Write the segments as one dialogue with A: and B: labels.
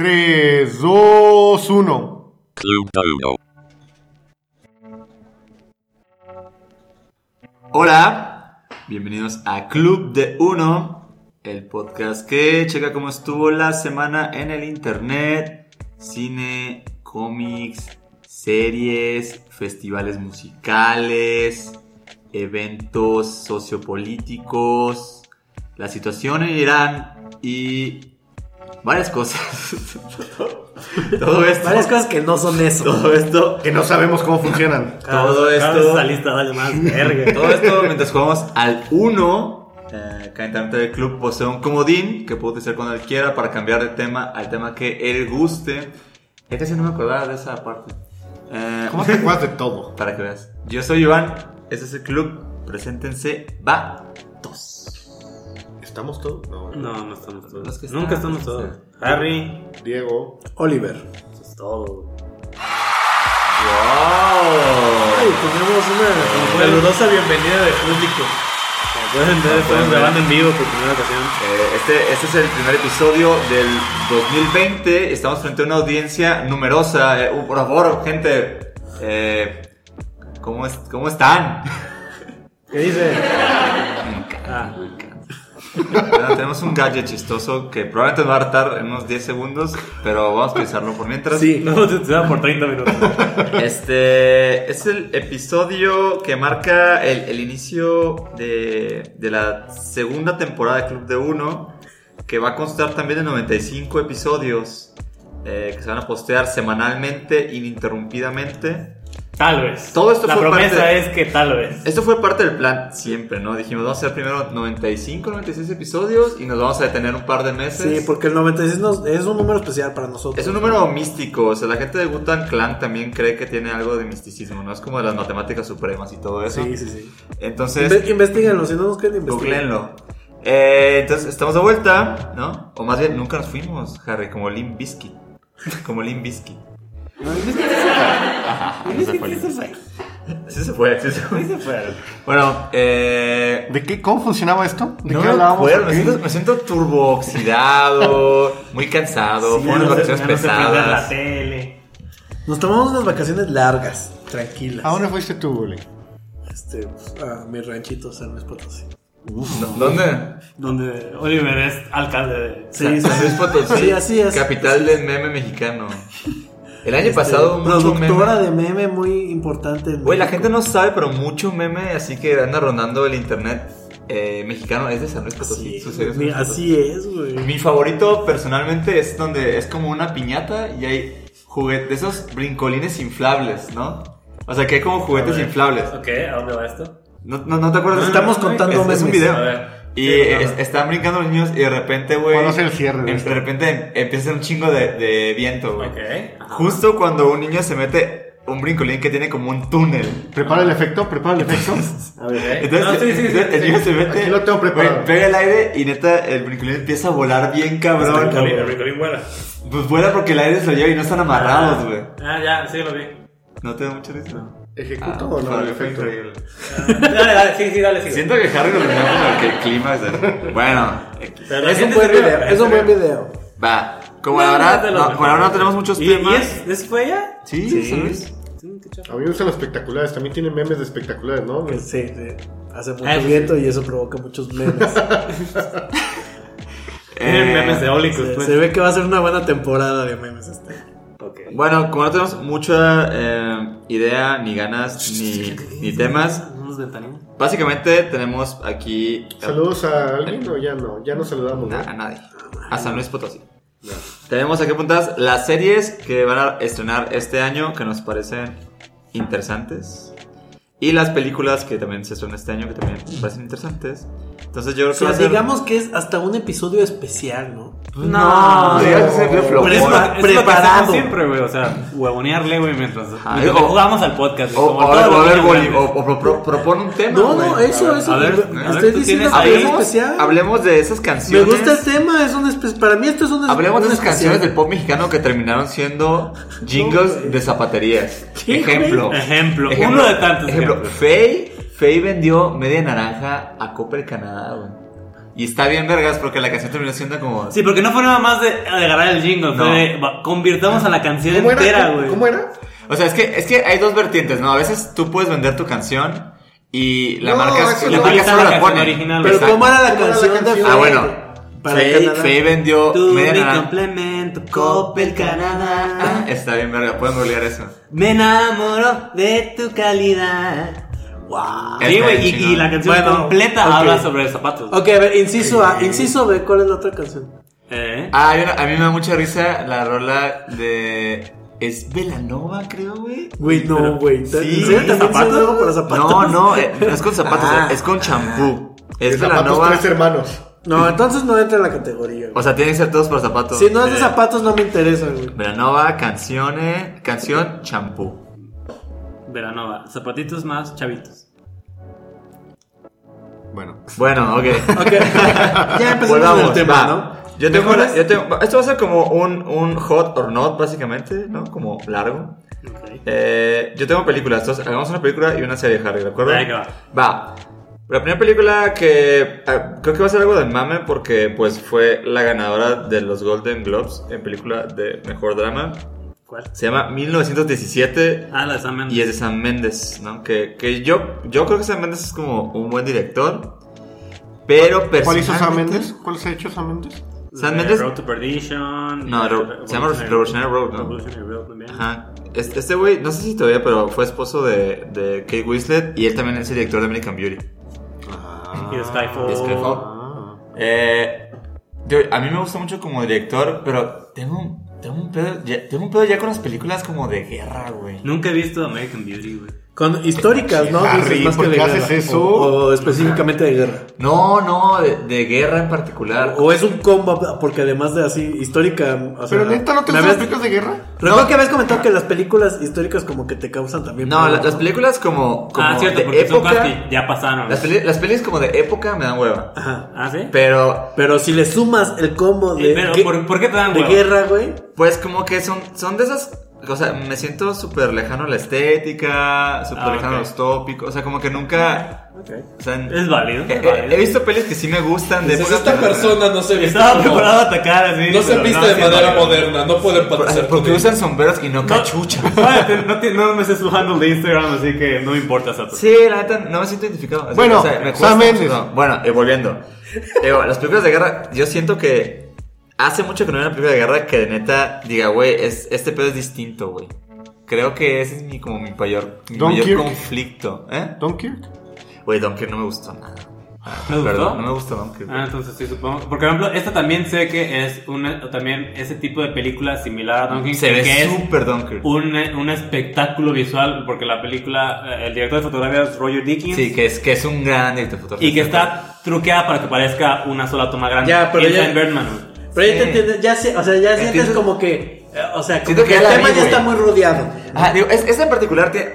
A: 3, 2, 1.
B: Club Uno.
C: Hola, bienvenidos a Club de Uno, el podcast que checa cómo estuvo la semana en el internet, cine, cómics, series, festivales musicales, eventos sociopolíticos, la situación en Irán y varias cosas. todo, todo esto,
D: Varias cosas que no son eso.
C: todo esto
A: Que no sabemos cómo funcionan.
C: Todo
D: Cada
C: esto-
D: vez esa lista vale más verga.
C: Todo esto mientras jugamos al 1. Eh, cada integrante del club posee un comodín que puede utilizar cuando él quiera para cambiar de tema al tema que él guste. Ya casi no me acordaba de esa parte. Eh,
A: ¿Cómo te acuerdas de todo?
C: Para que veas. Yo soy Iván, este es el club. Preséntense, va.
A: ¿Estamos todos? No.
D: No, no estamos todos.
C: Los que están,
D: Nunca
C: los
D: estamos
C: que
D: todos. Harry,
A: Diego.
E: Oliver.
D: eso es todo.
E: Ay,
C: ¡Wow!
E: tenemos una calurosa bienvenida del público.
D: Como pueden ver, estamos
C: pueden ver.
D: grabando en vivo por primera ocasión.
C: este, este es el primer episodio del 2020. Estamos frente a una audiencia numerosa. Eh, uh, por favor, gente, eh, ¿cómo, es- ¿cómo están?
D: ¿Qué dice? Ah,
C: Bueno, tenemos un gadget chistoso que probablemente va a hartar en unos 10 segundos, pero vamos a pensarlo por mientras.
E: Sí.
D: no, te, te da por 30 minutos.
C: Este es el episodio que marca el, el inicio de, de la segunda temporada de Club de Uno, que va a constar también de 95 episodios eh, que se van a postear semanalmente, ininterrumpidamente.
D: Tal vez.
C: Todo esto
D: La
C: fue
D: promesa
C: parte-
D: es que tal vez.
C: Esto fue parte del plan siempre, ¿no? Dijimos, vamos a hacer primero 95, 96 episodios y nos vamos a detener un par de meses.
E: Sí, porque el 96 nos- es un número especial para nosotros.
C: Es un número místico, o sea, la gente de Wutan Clan también cree que tiene algo de misticismo, ¿no? Es como de las matemáticas supremas y todo eso.
E: Sí, sí, sí.
C: Entonces,
E: Inve- Investíguenlo, si no nos quieren investigar.
C: googleenlo. Eh, entonces, estamos de vuelta, ¿no? O más bien, nunca nos fuimos, Harry, como Lim Biscuit. Como Lim Biscuit.
E: No, investíguenlo. Investíguenlo.
C: Sí se fue, sí se fue. Bueno, eh...
A: ¿De qué? ¿Cómo funcionaba esto? ¿De
C: No
A: qué
C: me acuerdo, me
A: ¿Qué?
C: siento, me siento turbooxidado, muy cansado,
D: Sí,
C: fue
D: ya
C: unas
D: no se-
C: vacaciones
D: ya no se prende la
C: pesadas.
D: tele.
E: Nos tomamos unas vacaciones largas, tranquilas.
A: ¿A dónde fuiste tú, Gole?
E: Este, pues, a mi ranchito San Luis Potosí.
C: ¿Dónde?
D: Donde Oliver es alcalde de.
E: Sí,
C: San Luis Potosí,
E: Sí, así es.
C: capital del meme mexicano. El año
E: Este,
C: pasado mucho
E: productora
C: meme.
E: de meme muy importante. en
C: Güey, la
E: México.
C: gente no sabe, pero mucho meme, así que anda rondando el internet eh, mexicano es de San Luis Potosí.
E: Así
C: su
E: es,
C: serie es
E: güey,
C: San Luis
E: así es, güey.
C: Potosí. Mi favorito personalmente es donde es como una piñata y hay juguetes, de esos brincolines inflables, ¿no? O sea, que hay como juguetes
D: ver.
C: inflables.
D: Ok, ¿a dónde va esto?
C: No, no, no te acuerdas.
E: Estamos contando
C: Ah, es, es un
E: memes.
C: video.
D: A ver.
C: Y
D: Sí,
C: eh,
D: no,
C: es-
D: no.
C: están brincando los niños y de repente, güey.
A: ¿Cuándo es el cierre de
C: em-
A: esto?
C: De repente empieza a hacer un chingo de, de viento, güey.
D: Ok.
C: Justo cuando un niño se mete un brincolín que tiene como un túnel.
A: Prepara el efecto, prepara el efecto.
E: A
A: ¿eh?
E: ver.
C: Entonces,
D: No, sí, sí, sí,
C: entonces el
D: sí.
C: niño se mete,
A: Aquí lo tengo preparado.
C: pe- pega el aire y neta el brincolín empieza a volar bien
D: Ah, El
C: cabrón.
D: brincolín, el brincolín vuela.
C: Pues vuela porque el aire se lo lleva y no están amarrados, güey.
D: Ah, ya, sí lo vi.
C: ¿No te da mucha risa?
A: ¿Ejecuto
C: Ah,
A: o no
C: para
A: el
C: mí fue
A: efecto?
C: increíble.
D: Ah, dale, dale, sí, sí, dale, sí.
C: Siento que Harry lo tenía como que el clima. Bueno,
D: Pero la
E: Es un
D: gente
E: buen
D: se
E: video,
D: ríe,
E: es un
D: se ríe.
E: buen video.
C: Va, como
D: No,
C: la
D: no,
C: verdad,
D: de los
C: no,
D: mejores.
C: por ahora no tenemos muchos
D: ¿Y,
C: temas.
D: y es, ¿es fue ella?
C: Sí, ¿sabes?
A: A mí me gustan los espectaculares. También tienen memes de espectaculares, ¿no?
E: Sí, sí. Hace mucho
D: Ah, sí.
E: viento y eso provoca muchos memes.
C: Eh,
D: Tienen memes eólicos,
E: se,
D: pues.
E: se ve que va a ser una buena temporada de memes este.
D: Ok.
C: Bueno, como no tenemos mucha eh, idea, ni ganas, ni, ni temas,
D: Unos ventanillos.
C: básicamente tenemos aquí a-
A: ¿Saludos a alguien o ya no? Ya nos saludamos, ¿no?
C: na- a nadie. A San Luis Potosí. Tenemos aquí apuntadas las series que van a estrenar este año que nos parecen interesantes. Y las películas que también se estrenan este año que también me parecen interesantes. Entonces yo creo
E: O
C: que
E: sea,
C: va a ser-
E: digamos que es hasta un episodio especial, ¿no?
C: No,
A: No.
C: digas que se
D: Pero es, lo,
C: flojona.
D: es lo que
E: Preparado.
D: hacemos siempre, güey. O sea, huevonearle, güey, mientras
C: Ah,
D: mientras
C: o-
D: jugamos al podcast.
C: O,
D: güey, como
C: o a ver,
D: todos
C: o a
D: los
C: ver,
D: niños
C: Goli, o,
D: grandes.
C: o pro- pro- propone un tema.
E: No,
C: güey.
E: no, eso, eso.
D: a ver,
E: me-
D: a ver,
E: estoy
D: tú
E: diciendo
D: tienes
E: que
D: ahí-
E: es especial.
C: Hablemos de esas
E: Me
C: canciones.
E: gusta el tema, es un espe- para mí esto es un
C: Hablemos de
E: un especial.
C: esas canciones del pop mexicano que terminaron siendo
E: No,
C: jingles
E: güey.
C: de zapaterías.
E: ¿Qué,
C: Ejemplo.
D: Ejemplo, uno de tantos
C: Ejemplo.
D: ejemplos.
C: Faye, Faye vendió media naranja a Copper Canadá, güey. Y está bien, vergas, porque la canción terminó siendo como.
D: Sí, porque no fue nada más de, de agarrar el jingle, fue
C: No.
D: de va- convirtamos a la canción
A: ¿Cómo
D: entera,
A: era?
D: güey.
A: ¿Cómo, cómo era?
C: O sea, es que, es que hay dos vertientes, ¿no? A veces tú puedes vender tu canción y la
A: No,
C: marca,
A: eso
C: la
A: no.
C: marca
D: Está
C: solo
D: la
C: la
D: canción
C: pone.
D: original,
E: Pero
C: Exacto.
E: ¿cómo era la
A: ¿Cómo era la
E: canción de
A: canción?
E: Fey?
C: Ah, bueno.
E: Para
C: Faye,
E: Canadá.
C: Faye vendió
D: Tú
C: media
D: mi
C: naranja.
D: complemento, Copel Canadá.
C: Ah, Está bien, verga, pueden googlear eso.
D: Me enamoro de tu calidad. Wow. Sí,
C: Está
D: güey,
C: bien
D: y,
C: chingón.
D: y la canción
E: Bueno,
D: completa
E: ok.
D: habla sobre zapatos.
E: Ok, a ver, inciso A, inciso B, ¿cuál es la otra canción?
D: Eh.
C: Ah, hay una- a mí me da mucha risa la rola de. Es Velanova, creo, güey.
E: Güey, no, güey. ¿Te-
C: Sí.
E: ¿En serio también
D: ¿Zapatos?
E: hicieron algo para zapatos?
C: No, no, eh, no es con zapatos,
E: Ah.
C: es con champú. Es
A: Zapatos
C: Velanova.
A: tres hermanos.
E: No, entonces no entra en la categoría. güey.
C: O sea, tienen que ser todos por zapatos.
E: si no es de zapatos, no me interesa, güey.
C: Velanova, canciones, canción, champú.
D: Veranova, zapatitos más chavitos.
A: Bueno.
C: Bueno, ok.
E: Ok. ya empezamos con el
C: Volvamos,
E: tema,
C: va.
E: ¿no?
C: Yo tengo,
E: Mejores-
C: la- yo tengo- Esto va a ser como un, un hot or not, básicamente, ¿no? Como largo.
D: Ok.
C: Eh, yo tengo películas, entonces hagamos una película y una serie, Harry, ¿de acuerdo?
D: Venga,
C: Va. La primera película que ah, creo que va a ser algo de mame porque pues fue la ganadora de los Golden Globes en película de mejor drama.
D: ¿Cuál?
C: Se llama 1917
D: Ah, la de Sam Mendes.
C: y es de Sam Mendes, ¿no? Que, que yo, yo creo que Sam Mendes es como un buen director, pero personalmente...
A: ¿Cuál hizo Sam Mendes? ¿Cuál se ha hecho Sam Mendes?
C: Sam
D: Eh,
C: Mendes-
D: Road to Perdition.
C: No,
D: y-
C: Ro- se llama Revolutionary Road, ¿no?
D: Revolutionary Road también.
C: Ajá. Este este güey, no sé si todavía, pero fue esposo de, de Kate Winslet y él también es el director de American Beauty.
D: Y de Skyfall.
C: Y Skyfall. Eh, yo- a mí me gusta mucho como director, pero tengo, un- tengo, un pedo ya, tengo un pedo ya con las películas como de guerra, güey.
D: Nunca he visto American Beauty, güey.
E: Con históricas, ¿no?
A: Harry,
E: Dices, más
A: ¿por
E: que de
A: qué
E: guerra.
A: haces eso?
E: O, o específicamente de guerra.
C: No, no, de, de guerra en particular.
E: O es un combo, porque además de así, histórica. O sea,
A: Pero neta, ¿no te
E: me
A: gustan las
E: habías-
A: películas de guerra?
E: Recuerdo que habías comentado que las películas históricas como que te causan también.
C: No, la-
E: problemas,
C: las películas como, como
D: ah, cierto,
C: de
D: porque son cosas
C: época.
D: que ya pasaron.
C: Las, peli- las pelis como de época me dan hueva.
E: Ajá.
D: Ah, ¿sí?
C: Pero,
E: Pero si le sumas el combo de,
D: Eh, pero,
E: gue-
D: ¿por, por qué te dan
E: de
D: hueva?
E: guerra, güey.
C: pues como que son, son de esas. O sea, me siento súper lejano a la estética, súper
D: Ah,
C: lejano a
D: ok.
C: los tópicos. O sea, como que nunca. o sea,
D: Es Pues válido.
C: he,
D: es
C: Eh, he-
D: válido.
C: he visto pelis que sí me gustan. De
B: Dices,
C: época,
B: esta
C: pero-
B: persona no se viste.
D: Estaba
B: como-
D: preparado a atacar así.
B: No se
D: pero
B: viste
D: no,
B: de
D: sí,
B: manera
D: no.
B: moderna, no puedo empatizar con
C: Porque
B: él.
C: usan sombreros y no cachucha.
D: Oye, no, te- no me sé su handle de Instagram, así que no me importa esa
C: Sí, la neta, no me siento identificado. Así
A: Bueno,
C: que, me
A: Sam
C: cuesta mucho,
A: Mendes.
C: no. Bueno, y volviendo. Digo, las películas de guerra, yo siento que hace mucho que no veo una película de guerra que de neta diga, güey, es, este pedo es distinto, güey. Creo que ese es mi, como mi mayor, mi mayor
A: Dunkirk.
C: conflicto. ¿Eh?
A: Dunkirk.
C: Güey, Donkey no me gustó nada.
D: ¿No ¿Ah, te
C: Perdón,
D: gustó?
C: no me gustó Donkey.
D: Ah, entonces sí, supongo. Porque, por ejemplo, esta también sé que es una, o también ese tipo de película similar a Donkey
C: Se
D: que
C: ve
D: es
C: súper Donkey.
D: un, un espectáculo visual, porque la película, eh, el director de fotografía es Roger Dickens,
C: Sí, que es, que es un gran director de fotografía.
D: y que está truqueada para que parezca una sola toma grande.
E: Ya, pero
D: Ingmar
E: ya-
D: Bergman, güey.
E: Pero ya
C: Sí.
E: te entiendes, ya, se- o sea, ya sientes
C: Entiendo.
E: como que. eh, O sea, como
C: Siento
E: que,
C: que
E: el
C: ya la
E: tema
C: vi,
E: ya
C: güey.
E: está muy rodeado.
C: Ah, digo, es, esa en particular tiene-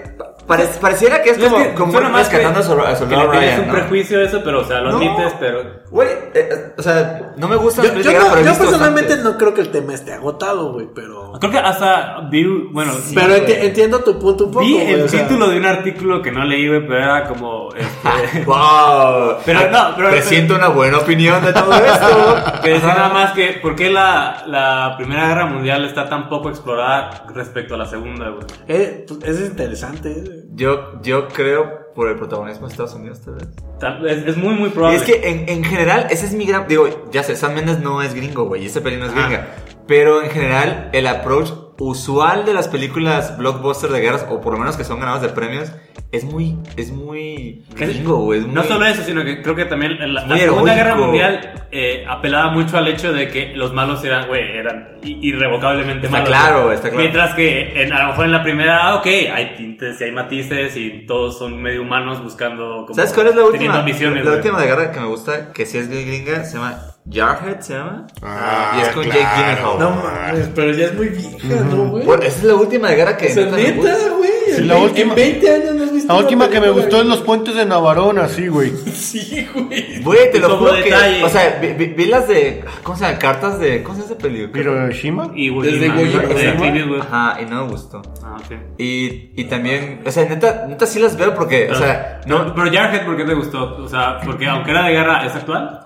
C: pare- pareciera que es
D: No,
C: como,
D: es que
C: como
D: suena más
C: rescatando a
D: que-
C: Sol- a
D: que le
C: Soldado
D: tienes
C: Ryan,
D: un
C: ¿no?
D: prejuicio eso, pero, o sea, lo
C: No.
D: admites, pero...
C: Güey, eh, eh, o sea, no me gusta
E: Yo, yo no- yo personalmente no creo que el tema esté agotado, güey, pero.
D: Creo que hasta vi, bueno,
E: pero
C: güey.
E: enti- entiendo tu punto un poco.
D: vi
E: güey,
D: el
E: o sea,
D: título de un artículo que no leí, güey, pero era como... este,
C: ¡Wow!
D: Pero no, pero-
C: Te Ah, siento una buena opinión de todo esto.
D: Que decía
C: Ajá.
D: nada más que, ¿por qué la, la Primera Guerra Mundial está tan poco explorada respecto a la Segunda, güey?
E: eh, pues, es interesante. eh.
C: Yo, yo creo por el protagonismo de Estados Unidos, tal vez.
D: Tal- Es, es muy, muy
C: Y
D: probable.
C: es que en, en general, ese es mi gran. Digo, ya sé, Sam Mendes no es gringo, güey, y ese peli no es
D: Ajá.
C: gringa. Pero en general, el approach usual de las películas blockbuster de guerras, o por lo menos que son ganadas de premios, es muy. Es muy. gringo, güey. es
D: no
C: muy-
D: solo eso, sino que creo que también la, la
C: Muy
D: Segunda
C: heroico.
D: Guerra Mundial eh, apelaba mucho al hecho de que los malos eran, güey, eran i- irrevocablemente
C: Está
D: malos.
C: claro,
D: güey.
C: está claro.
D: Mientras que en- a lo mejor en la primera, ah, ok, hay tintes y hay matices y todos son medio humanos buscando... Como,
C: ¿Sabes cuál es la última?
D: Teniendo ambiciones,
C: la
D: güey.
C: última de guerra que me gusta, que si es gringa, se llama Jarhead, se llama.
A: Ah,
C: y es con Jake
A: claro.
C: Gyllenhaal.
E: No mames, pero ya es muy vieja, ¿no, güey?
C: Bueno, esa es la última de guerra que
E: O sea,
C: neta me gusta.
E: neta, güey.
A: Sí,
E: en
A: la
E: vein-
A: última-
E: En 20 años no has visto.
A: La
E: una
A: última que me
E: película,
A: gustó es
E: güey.
A: Los Puentes de Navarón, así, güey.
E: Sí, güey.
C: Güey, te lo
D: Como
C: juro que.
D: detalle.
C: O sea, vi, vi- vi las de. ¿Cómo se llama? Cartas de. ¿Cómo se llama esa película?
A: Hiroshima.
D: Y Iwo
B: Desde
D: Jima,
B: Iwo Jima.
D: de Clive Wood.
C: Ajá, y no me gustó.
D: Ah, ok.
C: Y, y también, o sea, neta, neta sí las veo porque, o sea, no,
D: Pero Jarhead, ¿por qué te gustó? O sea, porque aunque era de guerra, ¿es actual?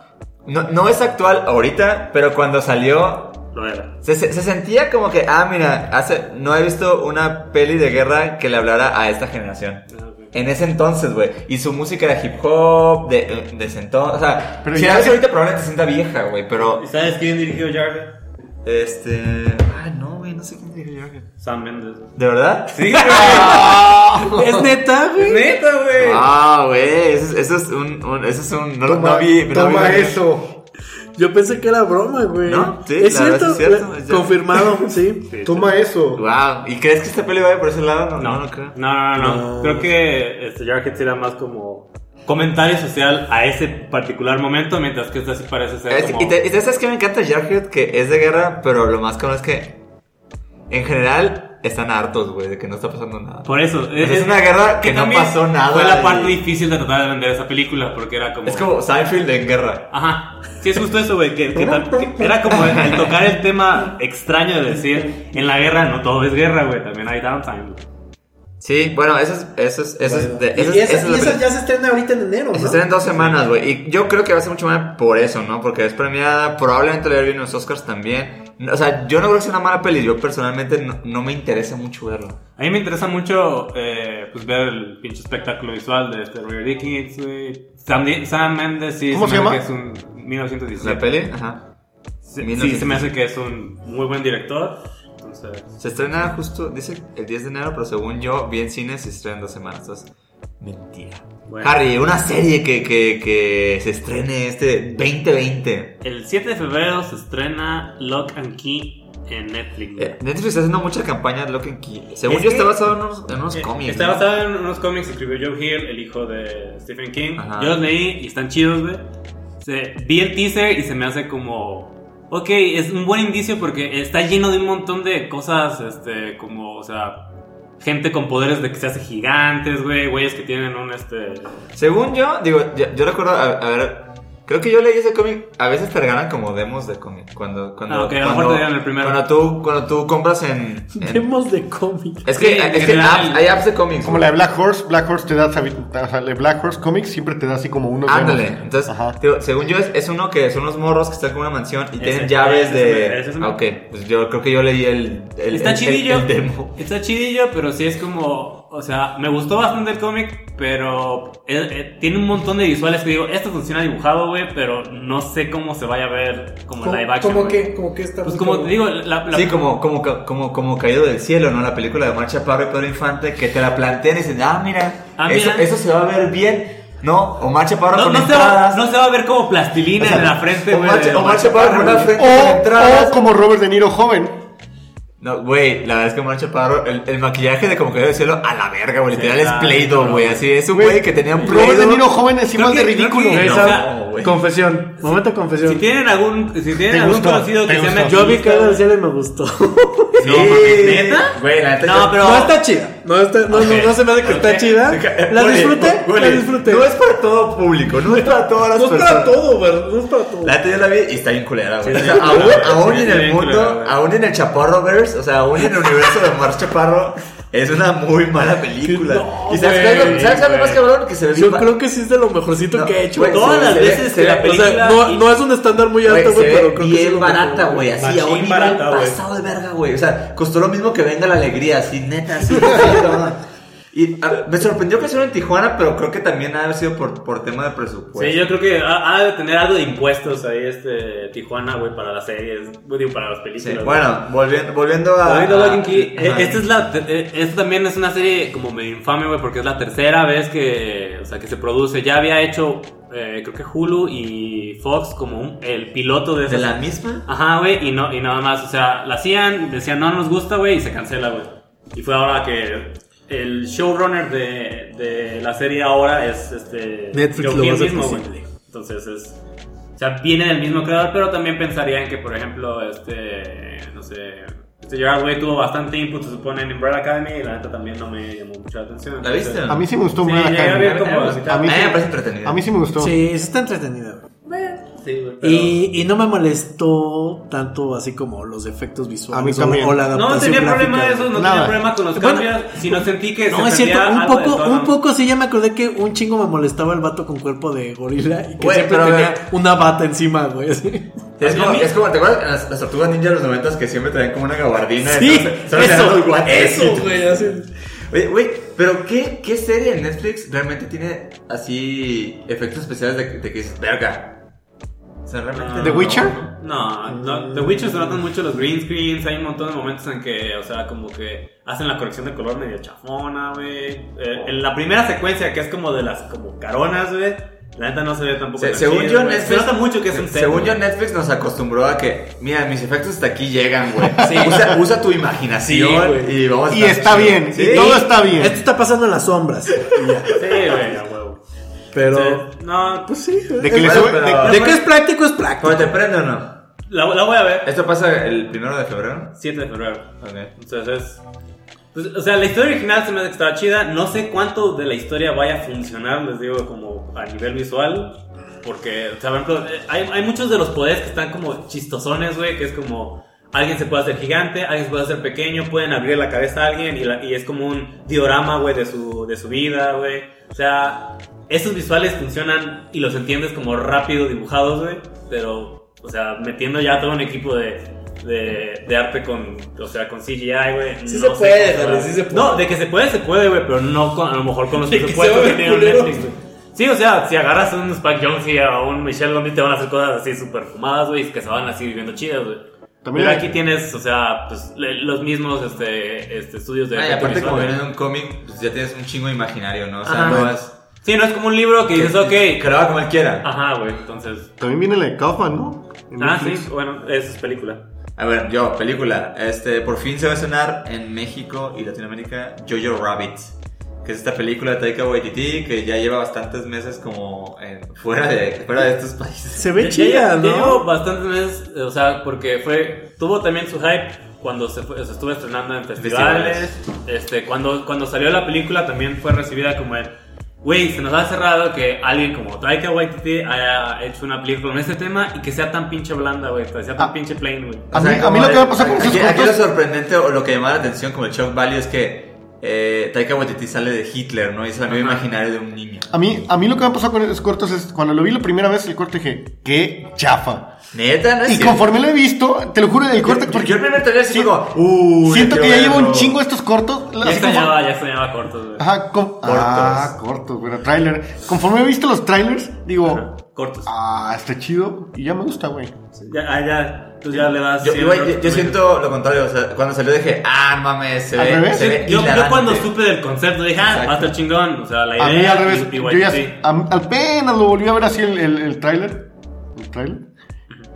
C: No, no es actual ahorita, pero cuando salió
D: Lo era.
C: se, se- se sentía como que, ah, mira, hace, no he visto una peli de guerra que le hablara a esta generación. En ese entonces, güey. Y su música era hip hop, de, de ese entonces. O sea,
F: Pero
C: si
F: ya
C: la ves
F: se-
C: ahorita probablemente se sienta vieja, güey. Pero,
D: ¿Y sabes quién dirigió Jarvis?
C: este. Ah, no, güey, no sé quién dirigió Jorge.
D: Sam Mendes.
C: ¿De verdad?
D: Sí,
E: Es neta, güey.
D: neta, güey.
C: Ah, güey, eso, es- eso es un, un- Eso es un. No, no
A: Toma,
C: vi. no
A: toma
C: vi-
A: eso.
E: Yo pensé que era broma, güey.
C: No, sí,
E: es,
C: la verdad
E: cierto?
C: es cierto, es cierto.
E: Confirmado, sí.
A: Toma eso.
C: Wow. ¿Y crees que esta peli vaya por ese lado? No, no, no creo.
D: No, no, no,
E: No.
D: Creo que este Jarhead era más como comentario social a ese particular momento, mientras que esta sí parece ser
C: Es-
D: como...
C: Este, y, te, y te- sabes que me encanta Jarhead, que es de guerra, pero lo más cabrón es que. En general, están hartos, güey, de que no está pasando nada.
D: Por eso.
C: Pues Es una guerra que no
D: también
C: pasó nada
D: Fue la
C: y-
D: parte difícil de tratar de vender esa película, porque era como...
C: Es como Seinfeld en guerra.
D: Ajá. Sí, es justo eso, güey. Que, que tam- que era como el, el tocar el tema extraño de decir, en la guerra no todo es guerra, güey. También hay downtime. güey.
C: Sí, bueno, eso es. Eso es. Eso es. de-
E: Y
C: eso es-
E: esa-
C: esa es la
E: y esa
C: peli.
E: ya se estrena ahorita en enero,
C: Se
E: ¿no?
C: estrena en dos semanas, güey. Y yo creo que va a ser mucho más por eso, ¿no? Porque es premiada, probablemente le viene unos Oscars también. O sea, yo no creo que sea una mala peli. Yo personalmente no, no me interesa mucho verlo.
D: A mí me interesa mucho eh, pues, ver el pinche espectáculo visual de este Roger Dickens, güey. Sam, Di- Sam Mendes sí
A: ¿Cómo
D: me
A: se
D: hace
A: llama?
D: Que es un 1917.
C: ¿La peli? Ajá.
D: Sí,
C: 1917.
D: sí, se me hace que es un muy buen director. Entonces,
C: Se estrena justo, dice el 10 de enero, pero según yo, vi en cines se estrena en dos semanas. Entonces, mentira.
D: bueno.
C: Harry, una serie que, que, que se estrene este 2020.
D: El 7 de febrero se estrena Lock and Key en Netflix. güey.
C: Eh, Netflix está haciendo mucha campaña de Lock and Key. Según
D: Es
C: yo,
D: que-
C: está basado en unos, en unos
D: Eh,
C: cómics.
D: Está
C: ¿no?
D: basado en unos cómics que escribió Joe Hill, el hijo de Stephen King.
C: Ajá.
D: Yo los leí y están chidos, güey. Se- vi el teaser y se me hace como. Ok, es un buen indicio porque está lleno de un montón de cosas, este, como, o sea, gente con poderes de que se hace gigantes, güey, güeyes que tienen un, este.
C: Según yo, digo, yo, yo recuerdo, a, a ver, creo que yo leí ese cómic, a veces te regalan como demos de cómic, cuando, cuando,
D: Ah, ok, a lo
C: cuando-
D: mejor te dieron el primero.
C: Cuando tú, cuando tú compras en... en-
E: Demos de cómic.
C: es que,
D: Sí, en
C: es que
D: general.
C: apps- hay apps de cómics.
A: Como la de Black Horse, Black Horse te da, sabi- o sea, la de Black Horse Comics siempre te da así como unos.
C: Ándale,
A: demos.
C: entonces,
A: Ajá.
C: digo, según yo, es, es uno que son unos morros que están con una mansión y tienen llaves
D: ese
C: de...
D: es- ese es un-
C: Ah, ok, pues yo creo que yo leí el, el,
D: está
C: el- el-
D: chidillo.
C: el demo.
D: Está chidillo, pero sí es como. O sea, me gustó bastante el cómic, pero eh, eh, tiene un montón de visuales que digo, esto funciona dibujado, güey, pero no sé cómo se vaya a ver como
E: Como-
D: live action.
E: como
D: güey.
E: que, como que está.
D: Pues como te digo, la, la-
C: Sí, como, como, ca- como, como caído del cielo, ¿no? La película de Marcha Chaparro y Pedro Infante que te la plantean y dicen, ah, mira,
D: Ah,
C: eso,
D: mira.
C: eso se va a ver bien. No, Omar Chaparro
D: No,
C: con
D: no se va,
C: entradas.
D: no se va a ver como plastilina
C: O sea,
D: en la frente, güey.
C: Omar,
D: de-
C: Cha- Omar Chaparro con una frente con
A: O,
C: entradas.
A: o como Robert De Niro joven.
C: No, güey, la verdad es que Omar Chaparro, el, el maquillaje de como caído del cielo, a la verga, güey.
D: Sí,
C: Literal es
D: ah,
C: Play-Doh,
D: no,
C: güey.
D: güey.
C: Así es un güey que tenía un
A: Robert De Niro
C: Play-Doh.
A: joven es igual de
D: Creo que-
A: ridículo.
D: creo que-
E: Esa-
D: o sea,
C: güey.
E: confesión. Momento confesión.
D: si tienen algún, si tienen
A: Te
D: algún
A: gustó,
D: conocido
A: te
D: que se
A: gustó.
D: me
E: Yo vi Caída del Cielo y me gustó.
D: No, mames, ¿neta?
C: Güey, la neta.
D: No,
C: yo-
D: pero-
E: No está chida. No, está, no, no, no se me hace que está
D: eh,
E: chida. La
C: Güey,
E: disfruté,
C: güey,
E: la disfruté.
C: No es para todo público, no es para todas las
E: No es
C: personas.
E: para todo, ¿verdad? No es para todo.
C: La neta yo la vi y está bien culera, güey.
D: Sí,
C: O sea,
D: está bien
C: aún,
D: culera, güey.
C: aún
D: Sí,
C: en
D: está
C: el
D: bien
C: mundo,
D: culera, güey.
C: aún en el Chaparroverse, o sea, aún en el universo de Omar Chaparro, es una muy mala película.
E: No,
C: y sabes,
E: güey,
C: qué algo- ¿sabes algo más
E: güey.
C: cabrón que se ve
E: Yo
C: bien
E: creo que sí es de lo mejorcito
C: No,
E: que he hecho.
C: güey,
E: güey.
D: Todas las
C: se ve-
D: veces
C: se
D: que
C: ve-
D: la
E: O
D: película.
E: sea, no, no es un estándar muy
C: Güey,
E: alto,
C: se
E: güey,
C: ve
E: pero creo que sí es
C: bien
E: lo
C: barata,
E: mejor,
C: güey, así, a un
B: Machín
C: nivel
B: barata, güey.
C: pasado de verga, güey. O sea, costó lo mismo que venga la alegría, así, neta, así, así, cabrón. Y a- me sorprendió que hicieron en Tijuana, pero creo que también ha sido por, por tema de presupuesto.
D: Sí, yo creo que ha, ha de tener algo de impuestos ahí, este, Tijuana, güey, para las series, güey, digo, para las películas.
C: Sí,
D: güey.
C: bueno, volviendo, volviendo a...
D: Volviendo a Lock and Key,
C: a-
D: eh,
C: ajá.
D: esta es la, te- eh, esta también es una serie como medio infame, güey, porque es la tercera vez que, o sea, que se produce. Ya había hecho, eh, creo que Hulu y Fox como un- el piloto de esa
C: ¿De la misma?
D: Ajá, güey, y, no, y nada más, o sea, la hacían, decían no nos gusta, güey, y se cancela, güey. Y fue ahora que el showrunner de, de la serie ahora es este.
E: Netflix
D: Joe
E: lo va
D: Hill
E: a hacer
D: mismo, güey.
E: posible.
D: Entonces es. O sea, viene del mismo creador, pero también pensarían que, por ejemplo, este. No sé. Este Gerard Way tuvo bastante input, se supone, en Umbrella Academy, y la neta también no me llamó mucha atención.
C: ¿La viste?
A: A mí sí me gustó
D: Sí,
A: Umbrella
D: llegué a ver
A: Academy.
D: Eh, como la
A: A
D: mitad.
A: mí
C: A mí
A: sí-
C: me parece Ah, entretenida.
A: A mí sí me gustó.
E: Sí, sí está entretenida. güey.
D: Sí, güey.
B: Pero-
E: Y, y no me molestó tanto así como los efectos visuales
A: A mí
E: o-
A: también.
E: o la
D: No
E: adaptación
D: tenía
E: gráfica.
D: problema de eso, no tenía
A: Nada.
D: problema con los
E: Bueno,
D: cambios, sino sentí que
E: No,
D: se
E: es cierto,
D: perdía
E: un
D: algo de
E: poco,
D: tono.
E: un poco sí ya me acordé que un chingo me molestaba el vato con cuerpo de gorila y que
C: Güey,
E: siempre
C: pero a
E: tenía
C: ver.
E: una bata encima, güey. así.
C: Es
D: A
C: como,
D: mí-
C: es como, ¿te acuerdas? en Las, las tortugas ninja de los noventas que siempre traían como una gabardina.
E: Sí,
C: entonces, solo
E: eso,
C: tenían los guantes.
B: Eso, güey, así.
C: Oye, güey, pero qué, ¿qué serie en Netflix realmente tiene así efectos especiales de, de que dices, verga? O sea, realmente.
A: ¿The
C: no.
A: Witcher?
D: No, no, The Witcher se tratan mucho los green screens, hay un montón de momentos en que, o sea, como que hacen la corrección de color medio chafona, güey.
C: Oh.
D: Eh, en la primera secuencia, que es como de las como caronas, güey, la neta no se ve tampoco.
C: Se-
D: tan
C: según
D: chido,
C: yo,
D: güey. se
C: Netflix,
D: nota mucho que es un set,
C: según
D: güey.
C: yo, Netflix nos acostumbró a que, mira, mis efectos hasta aquí llegan, güey.
D: Sí.
C: Usa, usa tu imaginación
E: güey.
C: y vamos a
A: Y
C: estar
A: está
C: chido.
A: bien,
C: Sí.
A: y todo está bien.
E: Esto está pasando en las sombras. y ya.
D: Sí, güey, a huevo.
E: Pero,
D: Sí, no,
E: pues sí.
A: De que
E: es-
A: le
C: Bueno,
A: sube-
C: pero-
A: de-
E: ¿De qué es práctico? Es práctico.
C: Pero te prende o no?
D: la, la voy a ver.
C: Esto pasa el primero de febrero.
D: 7 de febrero.
C: Ok.
D: Entonces es. pues, o sea, la historia original se me hace que estaba chida. No sé cuánto de la historia vaya a funcionar, les digo, como a nivel visual. Porque, o sea, por ejemplo, eh, hay, hay muchos de los poderes que están como chistosones, güey. Que es como. Alguien se puede hacer gigante, alguien se puede hacer pequeño, pueden abrir la cabeza a alguien y, la- y es como un diorama, güey, de su, de su vida, güey. O sea, esos visuales funcionan y los entiendes como rápido dibujados, güey. Pero, o sea, metiendo ya todo un equipo de, de, de arte con, o sea, con CGI, güey.
B: Sí
D: no
B: se
D: sé
B: puede, Dani,
D: cómo se va.
B: sí se puede.
D: No, de que se puede, se puede, güey, pero no con, a lo mejor con los
B: De que
D: presupuestos
B: se
D: que
B: va a ver
D: tiene un
B: culero.
D: Netflix, güey. Sí, o sea, si agarras un Spike Jonze a un Michelle Gondy te van a hacer cosas así súper fumadas, güey, que se van así viviendo chidas, güey.
A: También-
D: Pero aquí tienes, o sea, pues le- los mismos este, este, estudios de...
C: Ah, y
D: efecto
C: aparte,
D: visual,
C: como
D: güey.
C: viene de un cómic, pues ya tienes un chingo imaginario, ¿no? O sea,
D: Ajá.
C: no es.
D: Sí, no es como un libro que dices,
C: Que
D: ok. Ah.
C: lo haga como él quiera.
D: Ajá, güey, entonces.
A: También viene la de Kaufman, ¿no? En
D: Ah,
A: Netflix.
D: sí, bueno, esa es película.
C: A ver, yo, película. Este, por fin se va a estrenar en México y Latinoamérica Jojo Rabbit. Que es esta película de Taika Waititi que ya lleva bastantes meses como en- fuera, de, fuera de estos países.
E: Se ve
D: Ya- ya-
E: chida,
D: ya llevo
E: ¿no?
D: bastantes meses, eh, o sea, porque fue, tuvo también su hype cuando se, fue- se estuvo estrenando en festivales. Este, cuando, cuando salió la película también fue recibida como el, güey, se nos ha cerrado que alguien como Taika Waititi haya hecho una película con este tema y que sea tan pinche blanda, güey, que sea tan
A: Ah.
D: pinche plain, güey.
A: A mí- a mí lo
C: como
A: que me pasó con
C: aquí,
A: esos
C: aquí lo
A: cortos-
C: sorprendente o lo que llamaba la atención como el shock value es que eh, Taika Waititi sale de Hitler, ¿no? Y es el amigo
D: Ajá.
C: imaginario de un niño.
A: A mí, a mí lo que me ha pasado con esos cortos es cuando lo vi la primera vez el corte dije, qué chafa.
C: Neta, ¿no? es
A: Y
C: cierto?
A: conforme lo he visto, te lo juro, el corte.
C: Yo-
A: porque
C: yo el primer trailer sí
A: siento-
C: digo, "Uh,
A: siento
C: ya
A: que ya
C: quiero
A: llevo un
C: verlo".
A: chingo estos cortos.
D: Ya
A: así conforme-
D: extrañaba, ya extrañaba cortos, güey.
A: Ajá, con- Ah, cortos, bueno, tráiler. Conforme he visto los trailers, digo,
D: Ajá, Cortos.
A: ah, está chido y ya me gusta, güey.
D: Ya, ah, ya, tú ya le das.
C: Yo,
D: cien
C: güey,
D: Rotten
C: yo- yo siento lo contrario, o sea, cuando salió dije, ah, mames, se
A: ¿Al
C: ve,
A: revés?
C: se ve
D: Yo, yo
C: hilarante".
D: cuando supe del concepto dije, ah, va a
C: Exacto.
D: estar chingón. O sea, la idea.
A: A mí al revés,
D: Eh, y- y
A: yo ya,
D: Waititi.
A: a- apenas lo volví a ver así el, el, el tráiler, el tráiler,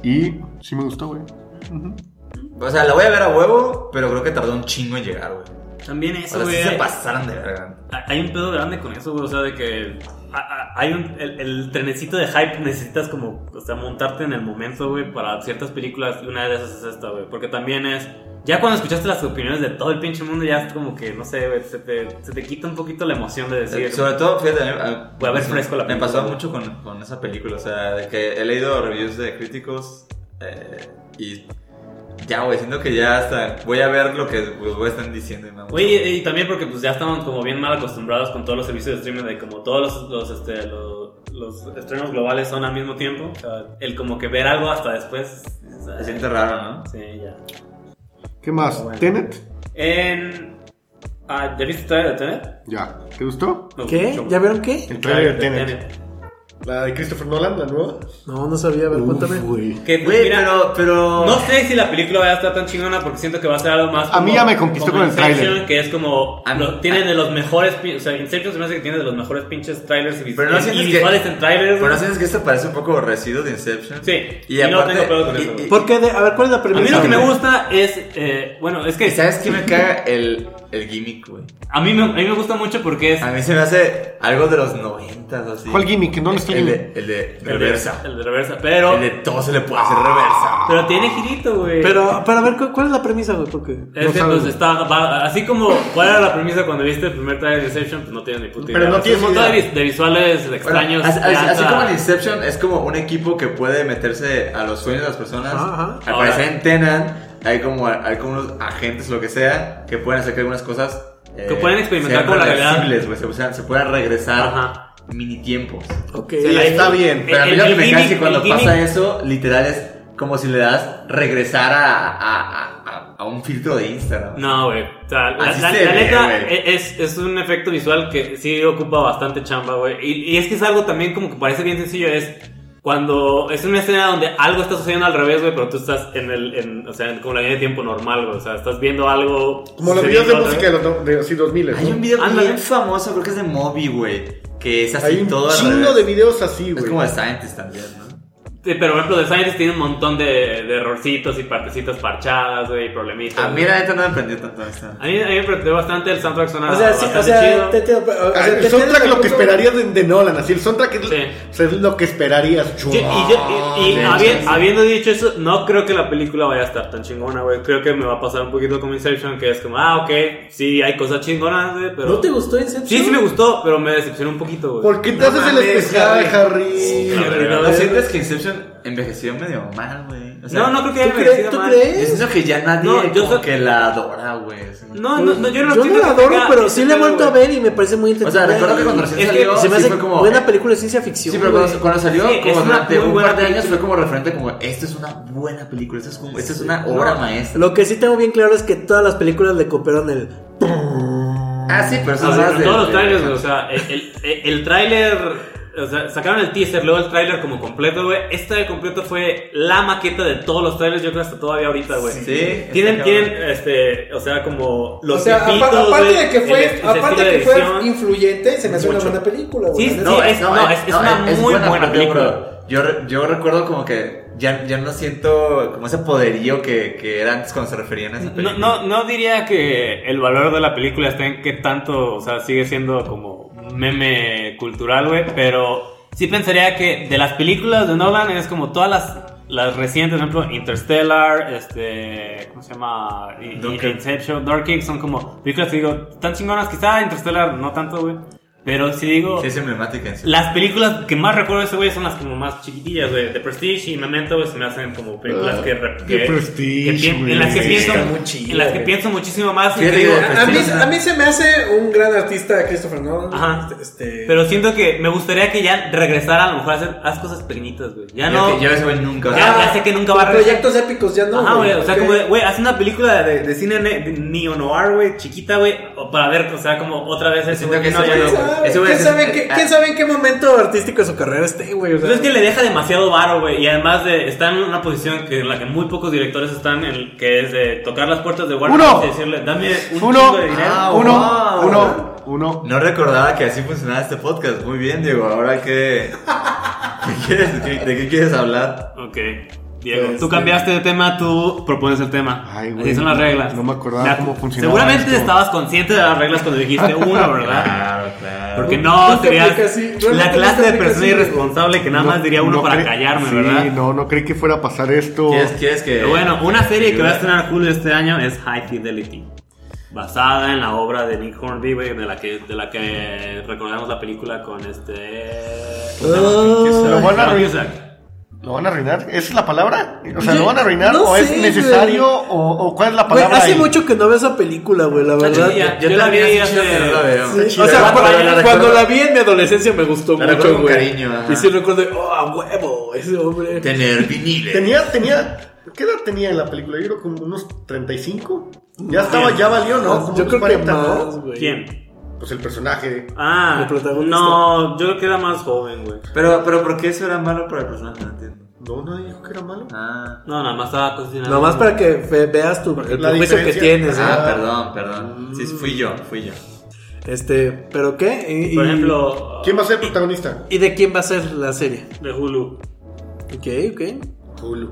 A: y sí me gustó, güey. Ujú.
C: O sea, la voy a ver a huevo, pero creo que tardó un chingo en llegar, güey.
D: También
C: O
D: eso,
C: sea,
D: güey.
C: sí se pasaron de verga.
D: hay- hay un pedo grande con eso, güey. O sea, de que a- a- hay un. El, el trenecito de hype necesitas como. O sea, montarte en el momento, güey, para ciertas películas. Y una de esas es esta, güey. Porque también es. Ya cuando escuchaste las opiniones de todo el pinche mundo, ya es como que, no sé, güey, se te, se te quita un poquito la emoción de decir.
C: Eh, Sobre todo, fíjate, a mí- a,
D: Voy a ver
C: me-
D: fresco la
C: Me
D: película.
C: pasó mucho con, con esa película, o sea, de que he leído reviews de críticos eh, y ya, güey, siento que ya hasta voy a ver lo que pues, güey, están diciendo. y me da mucho
D: Oye,
C: gusto.
D: y también porque pues ya estamos como bien mal acostumbrados con todos los servicios de streaming de como todos los, los, este, lo- los, estrenos globales son al mismo tiempo. O sea, el como que ver algo hasta después. es-
C: se siente raro, ¿no?
D: Sí, ya.
A: ¿Qué más?
D: Bueno.
A: ¿Tenet?
D: En... Ah, ¿Ya viste todavía de Tenet?
A: Ya, ¿te gustó?
D: Me gustó
E: ¿Qué?
D: mucho.
E: ¿Ya vieron qué?
A: El tráiler de Tenet. La de Christopher Nolan, la nueva.
E: No, no sabía. A ver, cuéntame.
A: Uf, güey.
D: Que, pues,
C: Güey,
D: mira,
C: pero, pero...
D: No sé si la película va a estar tan chingona porque siento que va a ser algo más.
A: A mí ya me conquistó
D: como
A: con el
D: Inception,
A: tráiler.
D: Que es como.
C: A mí-
D: lo- tiene de los mejores. pin- O sea, Inception se me hace que tiene de los mejores pinches trailers y, vis-
C: Pero no
D: y
C: sientes que-
D: visuales en trailers.
C: Pero no
D: güey.
C: sientes que esto parece un poco residuo de Inception.
D: Sí,
C: Y,
D: y no
C: aparte,
D: tengo pedos con
C: y-
D: eso, güey.
C: y-
E: Porque, de- a ver, ¿cuál es la
D: A
E: premisa?
D: mí lo que me
E: güey?
D: gusta es. eh, bueno, es
C: y
D: que.
C: ¿Sabes qué me caga? El, el gimmick, güey.
D: A mí, me, a mí me gusta mucho porque es.
C: A mí se me hace algo de los noventas, así.
A: ¿Cuál gimmick? ¿Dónde está el
C: el
A: gimmick?
C: de, el de reversa.
D: El de reversa, pero.
C: El de todo se le puede hacer reversa.
D: Pero tiene girito, güey.
E: Eh, Pero, pero a ver, ¿cu- ¿cuál es la premisa, güey? Porque.
D: Es
A: No
D: que,
A: sabes.
D: pues, está, va- así como, ¿cuál era la premisa cuando viste el primer trailer de Inception? Pues no tienes ni puta idea.
A: Pero no
D: Es
A: tienes
D: un montón de,
A: idea.
D: vis- de visuales
C: Bueno,
D: extraños.
C: así, así- así
D: planta.
C: como el Inception es como un equipo que puede meterse a los sueños de las personas.
E: Ajá.
C: Al
D: Ahora-
C: parecer en Tenan hay como, hay como unos agentes, lo que sea, que pueden hacer que algunas cosas. eh,
D: Que pueden experimentar
C: sean
D: con la realidad.
C: reversibles, güey, se, puedan- se puedan regresar
D: Ajá.
C: mini tiempos.
E: Ok.
C: Sí, está bien, pero a mí
D: el-
C: lo que
D: el
C: me cae es que
D: gimmick-
C: cuando
D: el
C: pasa
D: gimmick-
C: eso, literal es como si le das regresar a, a- a- a- a un filtro de Instagram.
D: No, güey. O sea, la,
C: Así
D: la-
C: se
D: la
C: ve,
D: neta e,
C: güey.
D: es, es un efecto visual que sí ocupa bastante chamba, güey. Y, y es que es algo también como que parece bien sencillo, es cuando es una escena donde algo está sucediendo al revés, güey, pero tú estás en el, en, o sea, en- como la línea de tiempo normal, güey. O sea, estás viendo algo...
A: Como los videos de
D: sucediendo al
A: música de
D: revés.
A: los do- de así 2000. ¿no?
C: Hay un video
D: Ándale.
C: bien famoso, creo que es de Moby, güey, que es así
A: Hay un
C: todo al
A: chingo
C: revés.
A: de videos así,
C: Es como
A: güey.
C: de Scientist también, ¿no?
D: Sí, pero por ejemplo, The Scientist tiene un montón de, de errorcitos y partecitas parchadas, güey, y problemitas.
E: Ah,
C: A mí la neta no me aprendió tanto esta.
D: A mí, a mí me prendió bastante el soundtrack suena
E: O sea, sí,
D: Ah, bastante
E: o sea,
D: chido.
E: te, te- o sea,
A: Ah,
E: te-
A: El
E: te-
A: soundtrack
E: te-
A: lo que esperarías de, de Nolan, así. El soundtrack es,
D: Sí.
A: o sea, es lo que esperarías.
D: Sí, y yo- y- y
C: de hecho,
D: habi-
C: Ah, sí.
D: habiendo dicho eso, no creo que la película vaya a estar tan chingona, güey. Creo que me va a pasar un poquito como Inception, que es como, ah, ok, sí, hay cosas chingonas, güey, pero...
E: ¿No te gustó Inception?
D: Sí, sí me gustó, pero me decepcionó un poquito, güey.
A: ¿Por qué te
C: No
A: haces
C: mames,
A: el especial, Harry?
D: Sí,
C: No,
D: güey,
C: pero
D: no,
C: ¿no
D: sí.
C: sientes que Inception envejeció medio mal, güey? O sea,
D: No, no creo que
E: ¿Tú
D: haya
E: crees-
D: merecido
E: tú
D: más.
E: crees?
C: Yo siento que ya nadie
D: No, yo
C: como
D: so-
C: que la adora, güey. así.
D: No, no, no, yo no lo
E: Yo
D: siento
E: no la
D: que
E: adoro,
D: tenga
E: pero
D: ese
E: sí la he
D: pedo,
E: vuelto a
D: güey.
E: ver y me parece muy
C: O
E: interesante.
C: sea, recuerdo que cuando recién
D: Es que
C: salió,
E: Se me
C: sí
E: hace
C: fue como...
E: buena película de ciencia ficción.
C: Sí, pero
E: güey.
C: cuando, cuando salió,
D: Sí, es
C: como
D: una
C: durante
D: muy
C: un
D: buena
C: par de años,
D: película.
C: fue como referente, como, esto es una buena película, esto es, como, esto es una obra maestra.
E: Lo que sí tengo bien claro es que todas las películas le copiaron el.
C: Ah, sí, pero eso
D: O
C: es
D: sea,
C: más
D: con
C: de...
D: todos los
C: de-
D: trailers, güey, o sea, el, el, el- el tráiler, o sea, sacaron el teaser, luego el tráiler como completo, güey. Este tráiler completo fue la maqueta de todos los trailers, yo creo hasta todavía ahorita, güey.
C: Sí, está
D: Tienen,
C: cabrón.
D: tienen, este, o sea, como los
F: o sea, apa-
D: tipitos,
F: aparte
D: güey,
F: de que
D: el-
F: fue,
D: ese
F: aparte
D: estilo
F: de
D: de
F: que fue
D: edición.
F: influyente, se me hace
D: Mucho.
F: una buena película, güey.
D: Sí,
F: la
D: sí, es- no, es- es una muy buena
C: pero-
D: película.
C: Yo, re- yo recuerdo como que ya, ya no siento como ese poderío que, que era antes cuando se referían a esa
D: No,
C: película.
D: no, no diría que el valor de la película está en qué tanto, o sea, sigue siendo como meme cultural, güey, pero sí pensaría que de las películas de Nolan es como todas las, las recientes, por ejemplo, Interstellar, este, ¿cómo se llama? Y- y-
C: Dunkirk.
D: Inception, Dark son como películas que digo, tan chingonas, quizá Interstellar no tanto, güey, pero sí digo...
C: Sí, es emblemática en sí.
D: Las películas que más recuerdo de ese güey son las como más chiquitillas, güey. The Prestige y Memento, güey, se me hacen como películas que, re-
A: The
D: que-
A: Prestige,
D: que pien-
A: güey.
D: en las que
A: Sí,
D: pienso,
F: está muy chido,
D: en las que
F: güey.
D: pienso muchísimo más. y
C: Sí,
D: que
C: digo,
D: digo,
C: pues,
F: neta. A mí,
C: sí.
F: a mí se me hace un gran artista Christopher Nolan.
D: Ajá.
F: Este,
D: pero siento que me gustaría que ya regresara a lo mejor a hacer haz cosas pequeñitas, güey. Ya
C: Yo-
D: no.
C: Yo ese güey nunca...
D: Ya, ya sé que nunca va a regresar.
F: proyectos épicos ya no.
D: Ajá, güey, o sea,
F: ok.
D: como, de, güey, haz una película de, de cine ne- de neo-noir, güey, chiquita, güey, o para ver, o sea, como otra vez eso,
C: Siento
D: güey,
C: que
D: no,
C: ese
D: ya
C: güey-
D: no.
F: ¿Sabe?
C: Ese güey
F: ¿Quién
C: es-
F: sabe en qué-
C: ah.
F: quién sabe en qué momento artístico
E: de su carrera este, güey. O sea,
D: Pues es que le deja demasiado varo, güey. Y además de, está en una posición que, en la que muy pocos directores están, en, que es de tocar las puertas de Warner
A: Uno.
D: Bros. y decirle, dame un
A: Uno,
D: chingo de dinero.
C: Ah,
A: uno,
C: wow.
A: uno, uno.
C: No recordaba que así funcionaba este podcast. Muy bien, Diego. Ahora que. ¿Qué quieres- qué- ¿De qué quieres hablar?
D: Ok. Diego,
F: Pues,
D: tú cambiaste de tema, tú propones el tema.
A: Este- Ay, güey,
D: Así son las reglas.
A: no me acordaba cómo funcionaba
D: Seguramente
A: esto.
D: estabas consciente de las reglas cuando dijiste uno, ¿verdad?
C: claro.
D: Porque
F: No
D: no
F: te
D: serías
F: aplicas así, realmente
D: la
F: no
D: clase
F: te
D: de
F: aplicas
D: persona
F: así.
D: irresponsable que nada
A: No-
D: más diría uno
A: no
D: para
A: cre-
D: callarme,
A: sí,
D: ¿verdad?
A: no, no creí que fuera a pasar esto.
C: ¿Quieres, quieres que.?
D: Pero bueno, una serie que va a estrenar Julio este año es High Fidelity, basada en la obra de Nick Hornby, güey, de la que, de la que recordamos la película con este...
A: Lo van a
D: John
A: arruinar.
D: Cusack.
A: ¿Lo van a arruinar? ¿Esa es la palabra? O sea,
E: Yo-
A: ¿lo van a arruinar?
E: no
A: ¿O
E: sé,
A: es necesario?
E: güey.
A: O, o cuál es la
E: Güey,
A: palabra?
E: hace
A: ahí?
E: mucho que no veo esa película, güey, la verdad.
D: sí, ya.
C: Yo,
D: Yo la
C: también
D: vi
C: hace mucho
D: hace-
C: que no la veo.
E: Sí,
C: Está
E: O sea,
C: chida.
E: cuando,
C: Pero
E: cuando
C: recuerdo-
E: la vi en mi adolescencia me gustó
C: La recuerdo
E: mucho,
C: con
E: güey.
C: cariño, ajá.
E: y sí recuerdo, oh, huevo, ese hombre.
C: Tener vinil.
A: Tenía, tenía... ¿Qué edad tenía en la película? Yo creo como unos 35. Ya estaba, ya valió, ¿no?
E: Yo
A: Como unos
E: creo que
A: 40, ¿no?
E: más, güey.
D: ¿Quién?
A: Pues el personaje.
D: Ah,
E: El protagonista.
D: no, yo creo que era más joven, güey.
C: Pero, pero, ¿por qué eso era malo para el personaje? No entiendo.
A: No, no dijo que era malo.
C: Ah.
D: No, nada más estaba cocinando.
E: Nomás para que ve- veas tu, el
A: La
E: prejuicio que
A: diferencia-
E: tienes.
C: Ah,
A: Ah.
C: perdón, perdón. Sí, fui yo, fui yo.
E: ¿eh? Este, ¿pero qué? Y- y-
D: Por ejemplo,
A: ¿Quién va a ser protagonista?
E: ¿Y de quién va a ser la serie?
D: de Hulu.
E: Ok, ok.
A: Hulu.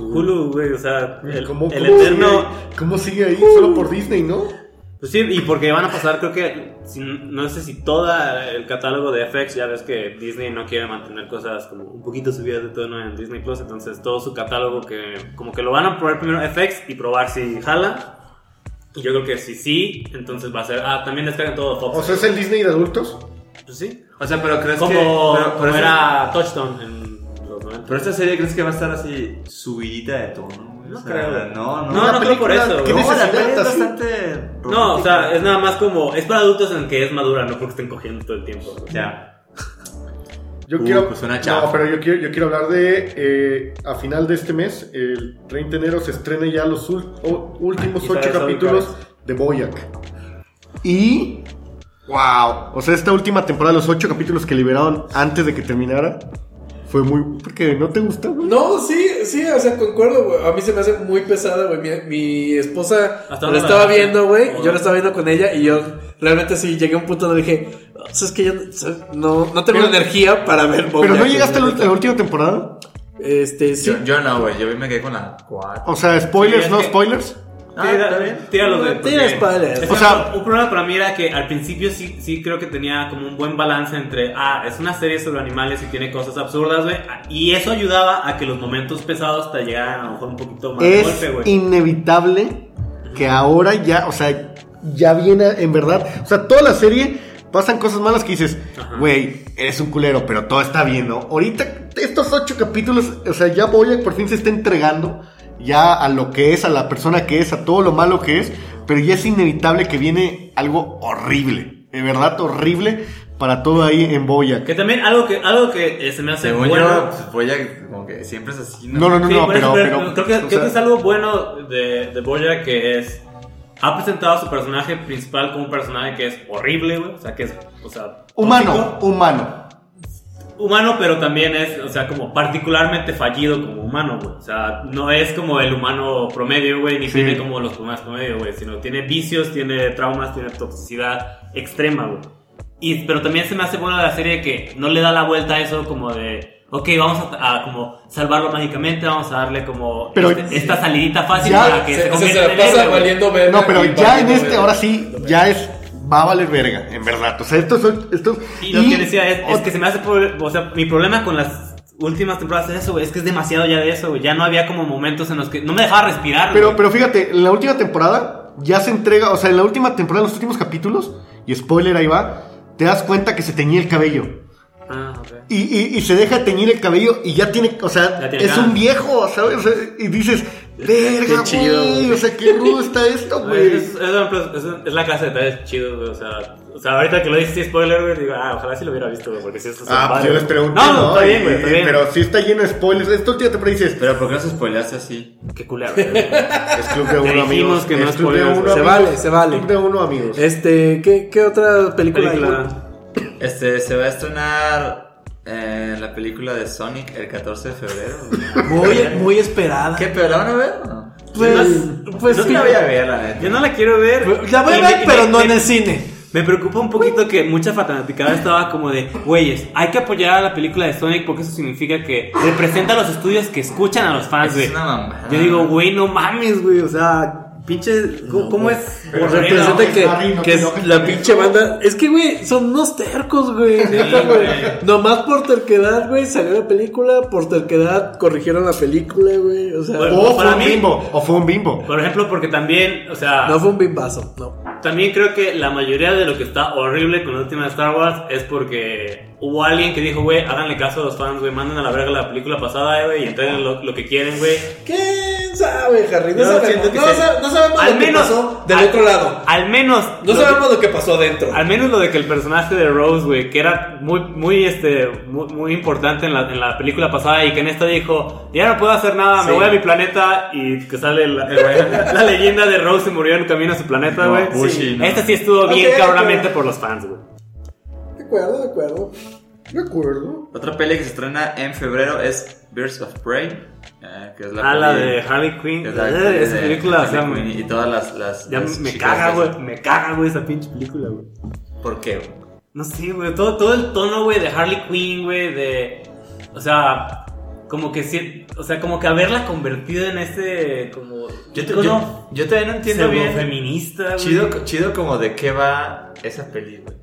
D: Hulu, güey, o sea, el,
A: ¿Cómo,
D: el
A: cómo
D: eterno.
A: sigue ahí? ¿Cómo sigue ahí? Solo por Disney, ¿no?
D: Pues sí, y porque van a pasar, creo que, si- no sé si todo el catálogo de FX, ya ves que Disney no quiere mantener cosas como un poquito subidas de tono en Disney Plus, entonces todo su catálogo que como que lo van a probar primero FX y probar si jala. Y yo creo que si sí, entonces va a ser, ah, también descargan todo Fox.
A: O sea, es el Disney de adultos.
D: Pues sí.
C: O sea, pero crees
D: Como,
C: que. Pero, pero
D: como
C: esta-
D: era Touchdown en los 90.
C: pero esta serie crees que va a estar así subidita de tono, güey?
D: No
C: O sea,
D: creo.
C: No, no.
D: No, no creo por eso.
A: ¿Qué
D: güey.
C: No, la
A: necesidad
C: peli es
A: así?
C: bastante.
D: No, o sea,
C: romántica.
D: es nada más como, es para adultos en que es madura, no porque estén cogiendo todo el tiempo. ¿no?
C: Ya.
A: Yo
C: Uh,
A: quiero.
C: pues suena chafa.
A: No, pero yo quiero, yo quiero hablar de. eh, a final de este mes, el 30 de enero, se estrena ya los ul- o- últimos
D: Y
A: ocho
D: sale South
A: capítulos de Boyac. Y. ¡Wow! O sea, esta última temporada, los ocho capítulos que liberaron antes de que terminara, fue muy. Porque no te gusta, güey.
F: No, sí, sí, o sea, concuerdo, güey. A mí se me hace muy pesada, güey. Mi, mi esposa
D: Hasta
F: la
D: ahora
F: estaba
D: la-
F: viendo, güey.
D: Ahora.
F: Yo la estaba viendo con ella y yo realmente sí llegué a un punto donde dije, o sea, es que yo no- o sea, no, no tengo
A: Pero-
F: energía para ver Bojack,
A: Pero no llegaste a la,
F: güey,
A: ult- a la última temporada.
F: Este, sí.
C: Yo, yo no, güey. Yo me quedé con la 4.
A: O sea, spoilers,
D: Sí, es
A: no
D: que-
A: spoilers.
C: Ah, está bien.
D: Tira los de.
F: Tira spoilers.
D: O
A: O
D: sea,
A: sea-
D: un problema para mí era que al principio sí, sí creo que tenía como un buen balance entre, ah, es una serie sobre animales y tiene cosas absurdas, güey. Y eso ayudaba a que los momentos pesados te llegaran a lo mejor un poquito más de
A: es
D: golpe, güey.
A: inevitable que ahora ya, o sea, ya viene en verdad. O sea, toda la serie pasan cosas malas que dices,
D: Ajá.
A: güey, eres un culero, pero todo está bien, ¿no? Ahorita, estos ocho capítulos, o sea, ya Boyack por fin se está entregando ya a lo que es, a la persona que es, a todo lo malo que es, pero ya es inevitable que viene algo horrible, de verdad horrible para todo ahí en Boyack.
D: Que también algo que, algo que eh, se me hace
C: Según
D: bueno.
C: yo, pues, voy a. Como que siempre es así.
A: No, no, no,
D: Sí,
A: no,
D: por eso,
A: pero,
D: pero
A: pero-
D: creo, que,
A: o
D: creo que
A: sea,
D: es algo bueno de, de Bojack que es. Ha presentado a su personaje principal como un personaje que es horrible, güey. O sea, que es. O sea, tóxico.
A: humano, humano.
D: humano, pero también es, o sea, como particularmente fallido como humano, güey. O sea, no es como el humano promedio, güey, ni
A: Sí.
D: tiene como los humanos promedio, güey, sino tiene vicios, tiene traumas, tiene toxicidad extrema, güey. Y, pero también se me hace buena la serie que no le da la vuelta a eso como de, ok, vamos a, a como salvarlo mágicamente, vamos a darle como
A: Pero-
D: este- esta salidita fácil
A: Ya-
D: para que se,
F: Se, se,
D: convierta
F: se la
D: en
F: pasa
D: héroe, güey.
F: valiendo verga.
A: No, pero
F: y
A: ya en
F: valiendo
A: este,
F: verga.
A: ahora sí, ya es. Va a valer verga, en verdad. O sea, estos son. Estos,
D: Y lo que decía es, es que se me hace. pro- O sea, mi problema con las últimas temporadas es eso, güey. Es que es demasiado ya de eso, güey. Ya no había como momentos en los que. No me dejaba respirar,
A: Pero,
D: güey.
A: pero fíjate, en la última temporada ya se entrega. O sea, en la última temporada, los últimos capítulos, y spoiler ahí va, te das cuenta que se teñía el cabello.
D: Ah, ok.
A: Y, y, y se deja teñir el cabello y ya tiene. O sea,
D: Ya tiene
A: es
D: ganas.
A: un viejo, ¿sabes? O sea, y dices, verga,
F: chido,
A: güey.
F: güey".
A: O sea, qué rudo está esto,
D: Güey,
A: güey.
D: Es, es- es- es la clase de detalles chidos, güey. O sea, o sea, ahorita que lo dices, sí, spoiler, güey. Digo, ah, ojalá sí lo hubiera visto, güey. Porque si esto se
A: Ah,
D: vale,
A: pues yo
D: güey.
A: les pregunto.
D: No, no, está bien, güey. Está bien.
A: Pero si está lleno de spoilers. Esta última temporada dices,
C: Pero ¿por qué nos spoileaste así?
D: Qué culero, güey.
A: es club de uno,
D: dijimos
A: amigos.
D: que no
A: es club de
D: spoilers.
A: uno,
F: Se
A: amigos,
F: vale, se vale.
A: Club de uno, amigos.
F: Este, ¿qué, qué otra película, hay, güey?
D: Película.
C: Este, se va a estrenar eh, la película de Sonic el 14 de febrero.
F: Muy, muy esperada.
C: ¿Qué? ¿Pero la van a ver? o No.
F: Pues,
D: No,
F: pues
D: no
F: sí.
C: Yo la voy a ver, la neta.
D: Yo no la quiero ver.
F: La voy a
D: Y
F: ver,
D: me- y
F: pero
D: me-
F: no
D: me-
F: en el cine.
D: Me preocupa un poquito que mucha fanaticada estaba como de, güeyes, hay que apoyar a la película de Sonic porque eso significa que representa a los estudios que escuchan a los fans,
C: Es
D: güey.
C: una mamada.
D: Yo digo, güey, no mames, güey, o sea, pinche, ¿cómo, cómo es?
A: Pero
D: Horrera,
A: representa
D: güey.
F: Representa
A: no,
F: que,
A: Harry, no
F: que
A: te
F: es
A: enojes
F: la
A: con
F: pinche
A: eso.
F: banda. Es que, güey, son unos tercos, güey. neta, güey. Nomás por terquedad, güey, salió la película. Por terquedad, corrigieron la película, güey. O sea,
D: Bueno.
A: O fue
D: Para
A: un
D: mí-
A: bimbo. O fue un bimbo.
D: Por ejemplo, porque también, o sea,
F: no fue un bimbazo, no.
D: también creo que la mayoría de lo que está horrible con la última de Star Wars es porque hubo alguien que dijo, güey, háganle caso a los fans, güey, manden a la verga la película pasada, eh, güey, y entreguen lo- lo que quieren, güey.
F: ¿Quién sabe, Harry? No,
D: Yo siento
F: sabemos,
D: que
F: no,
D: sí.
F: sa- no sabemos
D: Al
F: lo que
D: menos-
F: pasó del
D: al-
F: otro lado.
D: Al menos.
F: No
D: lo
F: sabemos lo que pasó adentro.
D: que- al menos lo de que el personaje de Rose, güey, que era muy, muy, este, muy, muy importante en la, en la película pasada y que en esta dijo, ya no puedo hacer nada, me
F: Sí.
D: voy a mi planeta y que sale la, la leyenda de Rose se murió en camino a su planeta,
C: No,
D: güey.
C: Bushi, no.
D: Esta sí estuvo
F: Ok,
D: bien
F: ok.
D: cabronamente por los fans, güey.
F: De acuerdo, de acuerdo.
A: De acuerdo.
C: Otra peli que se estrena en febrero es Birds of Prey. eh, que es la
D: Ah, la
C: peli-
D: de Harley Quinn.
C: que es la
D: Eh,
C: peli
D: Esa
C: de
D: película, o
C: Harley
D: sea,
C: Quinn
D: me-
C: Y todas las. las
D: ya
C: las
D: me
C: chicas
D: caga,
C: esas.
D: güey. Me caga, güey, esa pinche película, güey.
C: ¿Por qué? güey?
D: No sé, güey. Todo, todo el tono, güey, de Harley Quinn, güey, de. O sea. como que sí, o sea, como que haberla convertido en este como
C: Yo, te-
D: icono
C: yo- yo todavía no entiendo bien.
D: pseudo-feminista, güey.
C: Chido, chido como de qué va esa peli, güey.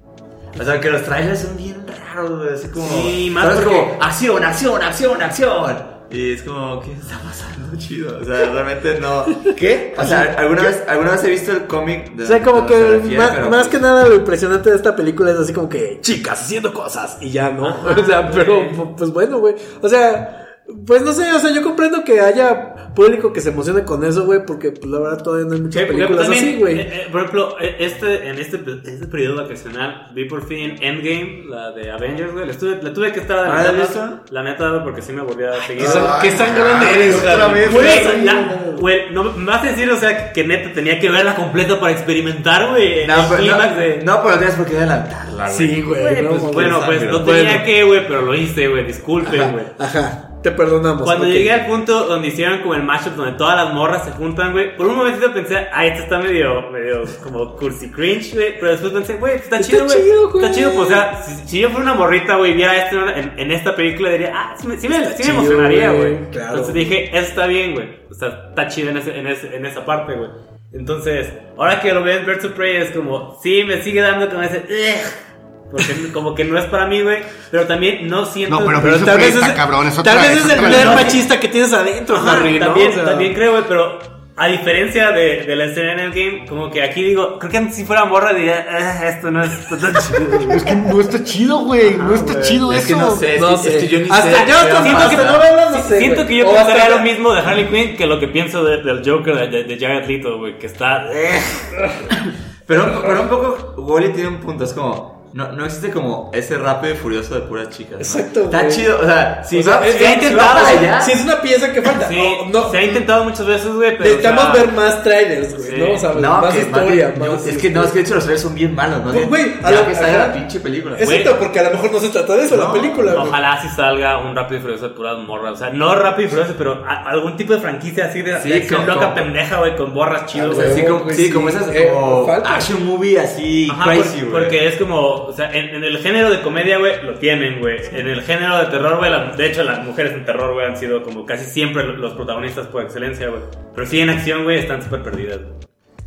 C: O sea, que los trailers son bien raros, güey. Así como.
D: Sí, más
C: ¿sabes?
D: porque-
C: como, acción, acción, acción, acción. Y es como, ¿qué está pasando, chido? O sea, realmente no.
A: ¿Qué?
C: O sea, alguna vez, alguna vez he visto el cómic de.
F: O sea, como
C: de
F: que
C: lo refiere,
F: ma-
C: pero-
D: pues
F: más que nada lo impresionante de esta película es así como que chicas haciendo cosas y ya, ¿no? o sea, pero pu- pues bueno, güey. O sea, pues no sé, o sea, yo comprendo que haya público que se emocione con eso, güey, porque pues la verdad todavía no hay muchas
D: Que- que
F: películas
D: también,
F: así, güey.
D: eh, eh, por ejemplo, eh, este, en este, pe- este periodo vacacional vi por fin Endgame, la de Avengers, güey. La, estuve- la tuve que estar
C: Ah, ¿la
D: adelantando,
C: viste?
D: La neta, güey, porque sí me volví a seguir.
A: Ay,
E: qué sangrante
A: ay,
E: eres,
A: otra
E: Javi.
A: vez.
D: Güey,
A: güey.
D: la- güey, no, me vas a decir, o sea, que neta tenía que verla completa para experimentar, güey.
C: No,
D: el
C: pero,
D: clímax
C: no,
D: de-
C: no, pero tienes por qué adelantarla, güey.
F: Sí, güey.
D: Güey,
F: no,
D: pues,
F: mames.
D: bueno,
C: está,
D: pues
C: pero-
D: no tenía
F: Bueno.
D: que, güey, pero lo hice, güey. Disculpen, güey.
F: Ajá, te perdonamos.
D: Cuando
F: ok.
D: llegué al punto donde hicieron como el mashup donde todas las morras se juntan, güey, por un momentito pensé, ah, esto está medio, medio como cursi cringe, güey, pero después pensé, güey, está,
F: Está
D: chido, güey.
F: chido, güey.
D: Está chido, pues, o sea, si, si yo fuera una morrita, güey, y viera esto en, en esta película, diría, ah, sí me, sí me-
F: Está
D: sí me
F: chido,
D: emocionaría,
F: güey,
D: güey.
F: claro.
D: Entonces dije, eso está bien, güey. O sea, está chido en, ese- en, ese- en esa parte, güey. Entonces, ahora que lo veo en Birds of Prey, es como, sí, me sigue dando con ese, "Ugh", porque como que no es para mí, güey, pero también no siento.
A: No, pero,
F: Pero
A: Prince
F: tal
A: of Persia
F: vez
A: está
F: es-
A: cabrón, es otra
F: Tal vez
A: vez,
F: es el
A: otra
F: primer
A: vez.
F: machista que tienes adentro,
D: Ajá,
F: Harry, ¿no?
D: también,
F: O sea,
D: también creo, güey, pero a diferencia de, de la escena en el game, como que aquí digo, creo que si fuera morra diría, "Ah, esto no es tan chido. güey".
A: Es que no está chido, Ah, güey. No está chido
C: Es
A: eso.
C: que no sé, es,
F: No
C: que, es
F: sé.
C: que yo ni
F: Hasta
C: sé.
F: yo hasta
C: qué va a
D: siento que
C: pasar.
F: no verlas, no
D: Sí,
F: sé,
D: siento
F: güey.
D: que yo
F: O
D: pensaría
F: hasta-
D: lo mismo de Harley Quinn que lo que pienso de- del Joker de, de, de Jared Leto, güey, que está...
F: Eh,
D: "Ugh".
C: Pero, pero un poco, Wally tiene un punto, es como, no, no existe como ese rápido y furioso de puras chicas. ¿no?
F: Exacto,
C: Está
F: güey.
C: chido, o sea, si
F: O sea,
C: va,
F: es-
C: si
F: es-
C: va
F: intentado,
C: para
F: o sea,
C: allá.
F: Si es una pieza que falta.
D: Sí,
F: no, no,
D: se ha intentado muchas veces, güey, pero...
F: Necesitamos
D: o sea,
F: ver más trailers, güey.
D: sí.
F: No, o sea,
C: No,
F: más
C: que
F: historia.
C: bien,
F: más, este
C: es que no, es que de hecho los trailers son bien malos, ¿no?
F: Pues,
C: Ya-
F: güey,
C: ya
F: a la-
C: que salga
F: ajá.
C: la pinche película.
D: güey.
F: Exacto, porque a lo mejor no se trata de eso la
C: No,
F: película, güey.
D: Ojalá si salga un Rápido y Furioso de puras morras. O sea, no Rápido y Furioso, pero a- algún tipo de franquicia así de
C: Sí,
D: de acción
C: como-
D: loca pendeja, güey, con borras
F: Ah,
D: chido,
F: o
D: güey.
F: sea,
C: Así como,
F: güey,
C: sí,
F: sí,
C: como esas
F: eh,
C: como
F: falta.
C: action movie así
D: Ajá,
C: crazy,
D: por-
C: güey.
D: porque es como, o sea, en, en el género de comedia, güey, lo tienen, güey. En el género de terror, güey, las- de hecho las mujeres en terror, güey, han sido como casi siempre lo- los protagonistas por excelencia, güey. Pero sí en acción, güey, están súper perdidas. güey.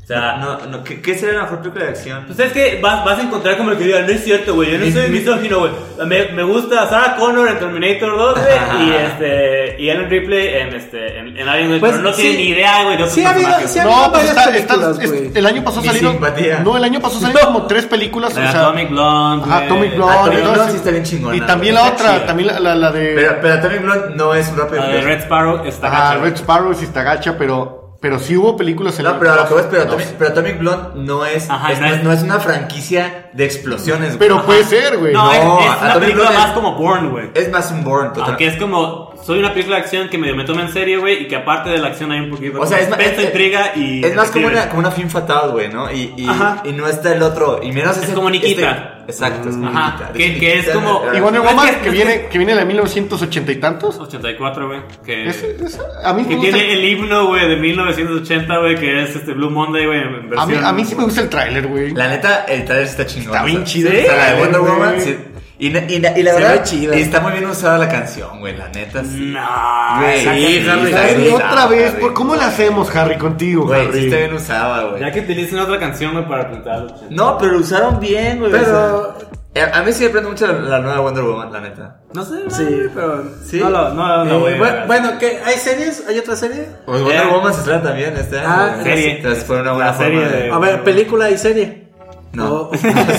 D: O sea,
C: No, no, ¿qué, qué sería la mejor película de acción?
D: pues es que vas, vas a encontrar como el que diga, no es cierto, güey, yo no soy misógino, güey. Me, me gusta Sarah Connor en Terminator 2, güey, y este, y Ellen Ripley en este, en, en Alien, güey,
F: Pues
D: pero no
F: sí.
D: tienen ni idea, güey, de otros
F: Sí ha habido-
D: personajes,
F: sí ha
D: güey.
A: No, pues
F: varias
A: está, está-
F: películas,
A: es-
F: güey.
A: el año pasado
C: Mi
A: salieron.
C: simpatía.
A: No, el año pasado salieron como tres películas. o sea,
D: Atomic Blonde,
A: ajá,
D: güey.
A: Atomic
C: Ah,
A: Blonde.
C: Atomic
A: y todo
C: Blonde
A: eso.
C: sí está bien chingona,
A: Y también
C: güey,
A: la
C: está
A: otra,
C: chida.
A: también la, la- la de.
C: Pero, pero también Blonde no es un rápido.
D: La de Red Sparrow está
A: ajá,
D: gacha, güey.
A: Red Sparrow sí está gacha, pero, pero sí hubo películas en
C: No, pero a lo que voy es, pero,
A: No
C: Atomic-
A: sé.
C: pero Atomic Blonde no es,
D: Ajá,
C: es-
D: no
C: no,
D: es-
C: es, no es una franquicia de explosiones, güey.
A: Pero puede ser, güey.
D: No,
A: No,
D: es,
C: No,
D: es
C: a
D: una
C: Tommy
D: película
C: Cruise-
D: más como Born, güey.
C: es más un Born, total.
D: Aunque es como, soy una película de acción que medio me toma en serio, güey, y que aparte de la acción hay un poquito
C: O sea,
D: de
C: es más-
D: suspenso,
C: es-
D: intriga y...
C: Es más como
D: detective.
C: una, como una fin fatal, güey, ¿no? Y, y,
D: Ajá.
C: y no está el otro. Y menos
D: Es
C: ese-
D: como Nikita.
C: este- exacto, es como
D: Ajá,
C: Nikita.
D: que-
C: Nikita
D: que es
C: en-
D: como-
A: Y Wonder
D: No, es
A: Woman,
D: que-
A: que, viene, que viene de 1980 y tantos.
D: 84, güey, que...
A: Es- es- a mí me
D: Eh, Que
A: gusta-
D: tiene el himno, güey, de 1980, güey, que es este Blue Monday, güey, en
A: a mí,
D: versión...
A: a mí sí me gusta el tráiler, güey.
C: La neta, el trailer está chingón.
A: Está bien chido el
C: O sea, la de
A: tráiler,
C: Wonder Woman.
A: güey.
C: sí. Y, na- y, na- y la
F: Se ve
C: verdad,
F: chida.
C: y está muy bien usada la canción, güey, la neta. Sí.
D: No,
C: Güey,
D: saca-
C: sí, Harry,
A: Harry,
C: Harry,
A: otra
C: Harry.
A: vez, ¿por- ¿cómo la hacemos, Harry, contigo,
C: Güey,
A: Harry?
C: sí está bien usada, güey.
D: Ya que utilicen otra canción, güey, para pintar los 80.
C: No, pero lo usaron bien, güey.
F: Pero-
C: o sea, eh, a a mí sí me prende mucho la, la nueva Wonder Woman, la neta.
D: No sé,
F: Sí,
D: güey.
F: pero.
C: Sí.
D: No, lo- no, no,
F: Eh,
D: no, güey.
F: bu- bueno, ¿qué? ¿hay series? ¿Hay otra serie?
C: Pues Wonder
D: Eh.
C: Woman se estrena también este año.
F: Ah,
C: güey.
D: serie.
C: Entonces fue una buena
D: La serie
C: forma
D: de-
F: A ver, película y serie.
C: Eh, No,
F: No.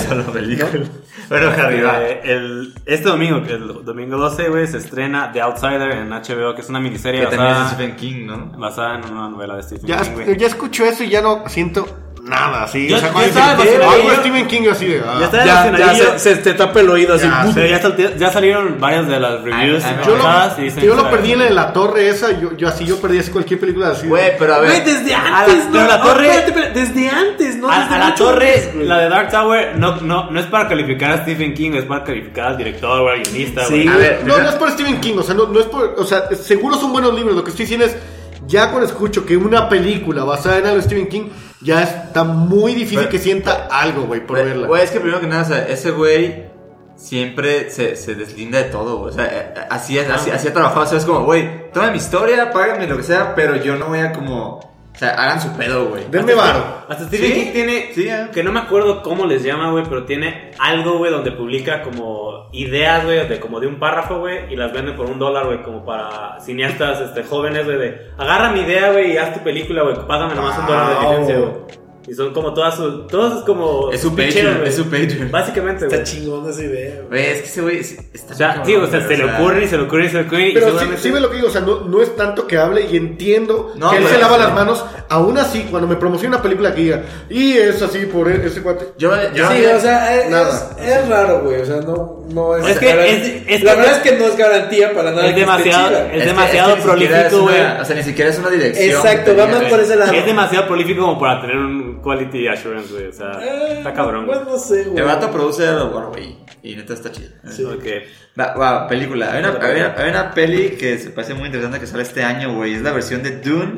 C: solo película. Bueno, Harry, va.
D: Eh, el, este domingo, que es el domingo 12, güey, se estrena The Outsider en HBO, que es una miniserie
C: Que también es de
D: basada,
C: Stephen King, ¿no?
D: basada en una novela de Stephen
A: Ya,
D: King, güey.
A: ya escucho eso y ya no siento nada, sí.
D: Yo-
A: o sea,
D: yo
A: cuando
D: estaba
A: dicen,
D: emocionado,
A: "Algo
D: yo-
A: Stephen King así de. ah.
D: Ya está
F: Ya, ya
D: emocionadillo.
F: se, se te tapa el oído así.
A: Ya,
F: ¡pum!
D: Sí, ya, salte- ya salieron varias de las reviews.
C: Ay, ay,
A: Yo
D: pasadas y
A: lo,
D: dicen
A: yo
D: que
A: lo
D: la-
A: perdí en la torre esa, yo, yo así, yo perdí así cualquier película así. de-
C: Güey, pero a
F: Güey,
C: ver.
F: desde
D: A la-
F: antes, ¿no?
D: pero la
F: No,
D: torre-
F: espérate, espérate, desde antes, ¿no?
D: A,
F: Desde
D: a la
F: mucho
D: torre,
F: antes, güey.
D: la de Dark Tower, no, no, no es para calificar a Stephen King, es para calificar al director, güey, al guionista,
F: Sí.
D: güey.
C: A ver,
A: No, no es por Stephen King, o sea, no, no es por. O sea, seguro son buenos libros. Lo que estoy diciendo es, ya cuando escucho que una película basada en algo de Stephen King, ya está muy difícil
C: Güey,
A: que sienta algo, güey, por
C: Güey,
A: verla.
C: Güey, es que primero que nada, o sea, ese güey siempre se, se deslinda de todo, güey. O sea, eh, eh, así, es, así, así ha trabajado. O sea, es como, güey, toma mi historia, págame lo que sea, pero yo no voy a como. O sea, hagan su pedo, güey.
A: Denme varo. ah.
D: Hasta Stephen
C: Sí,
D: King tiene.
C: sí, eh.
D: Que no me acuerdo cómo les llama, güey, pero tiene algo, güey, donde publica como ideas, güey, de como de un párrafo, güey, y las vende por un dólar, güey, como para cineastas este, jóvenes, güey, de agarra mi idea, güey, y haz tu película, güey, págame nomás un dólar de
A: Wow.
D: licencia, güey. Y son como todas sus. Todos es como.
C: Es su
D: ficheros,
C: Patreon,
D: güey.
C: es su Patreon.
D: Básicamente, güey.
F: Está chingón esa idea, güey.
C: Güey, es que ese güey es- está.
D: O sea,
C: cabrón,
D: sí, o
C: güey,
D: sea, se le ocurre y se le ocurre y se le ocurre. y
A: Pero sí,
D: seguramente-
A: sí ve lo que digo, o sea, no, no es tanto que hable y entiendo
C: No,
A: que él
C: pero-
A: se lava las manos. Aún así, cuando me promociona una película que diga, y es así por e- ese cuate.
C: Yo, yo,
F: Sí, o sea, es,
A: Nada.
F: es- es raro, güey. O sea, no, no es.
D: Es que
F: gar-
D: es- es
F: la
D: que-
F: verdad es que no es garantía para nada.
D: Es
F: que esté
D: demasiado-
F: chida.
D: es
C: que-
D: demasiado
C: ni siquiera es
D: prolífico,
C: una-
D: güey.
C: O sea, ni siquiera es una dirección.
F: Exacto,
C: que
F: va
C: tenía,
F: más
C: güey.
F: por ese lado.
D: Es demasiado prolífico como para tener un quality assurance, güey. O sea,
F: Eh,
D: está cabrón, güey.
F: Pues no sé, güey.
C: El vato produce a lo güey. Y neta está chido.
D: Ok.
C: Va, va, película. Hay una, hay una- hay una peli que se parece muy interesante que sale este año, güey. Es la versión de Dune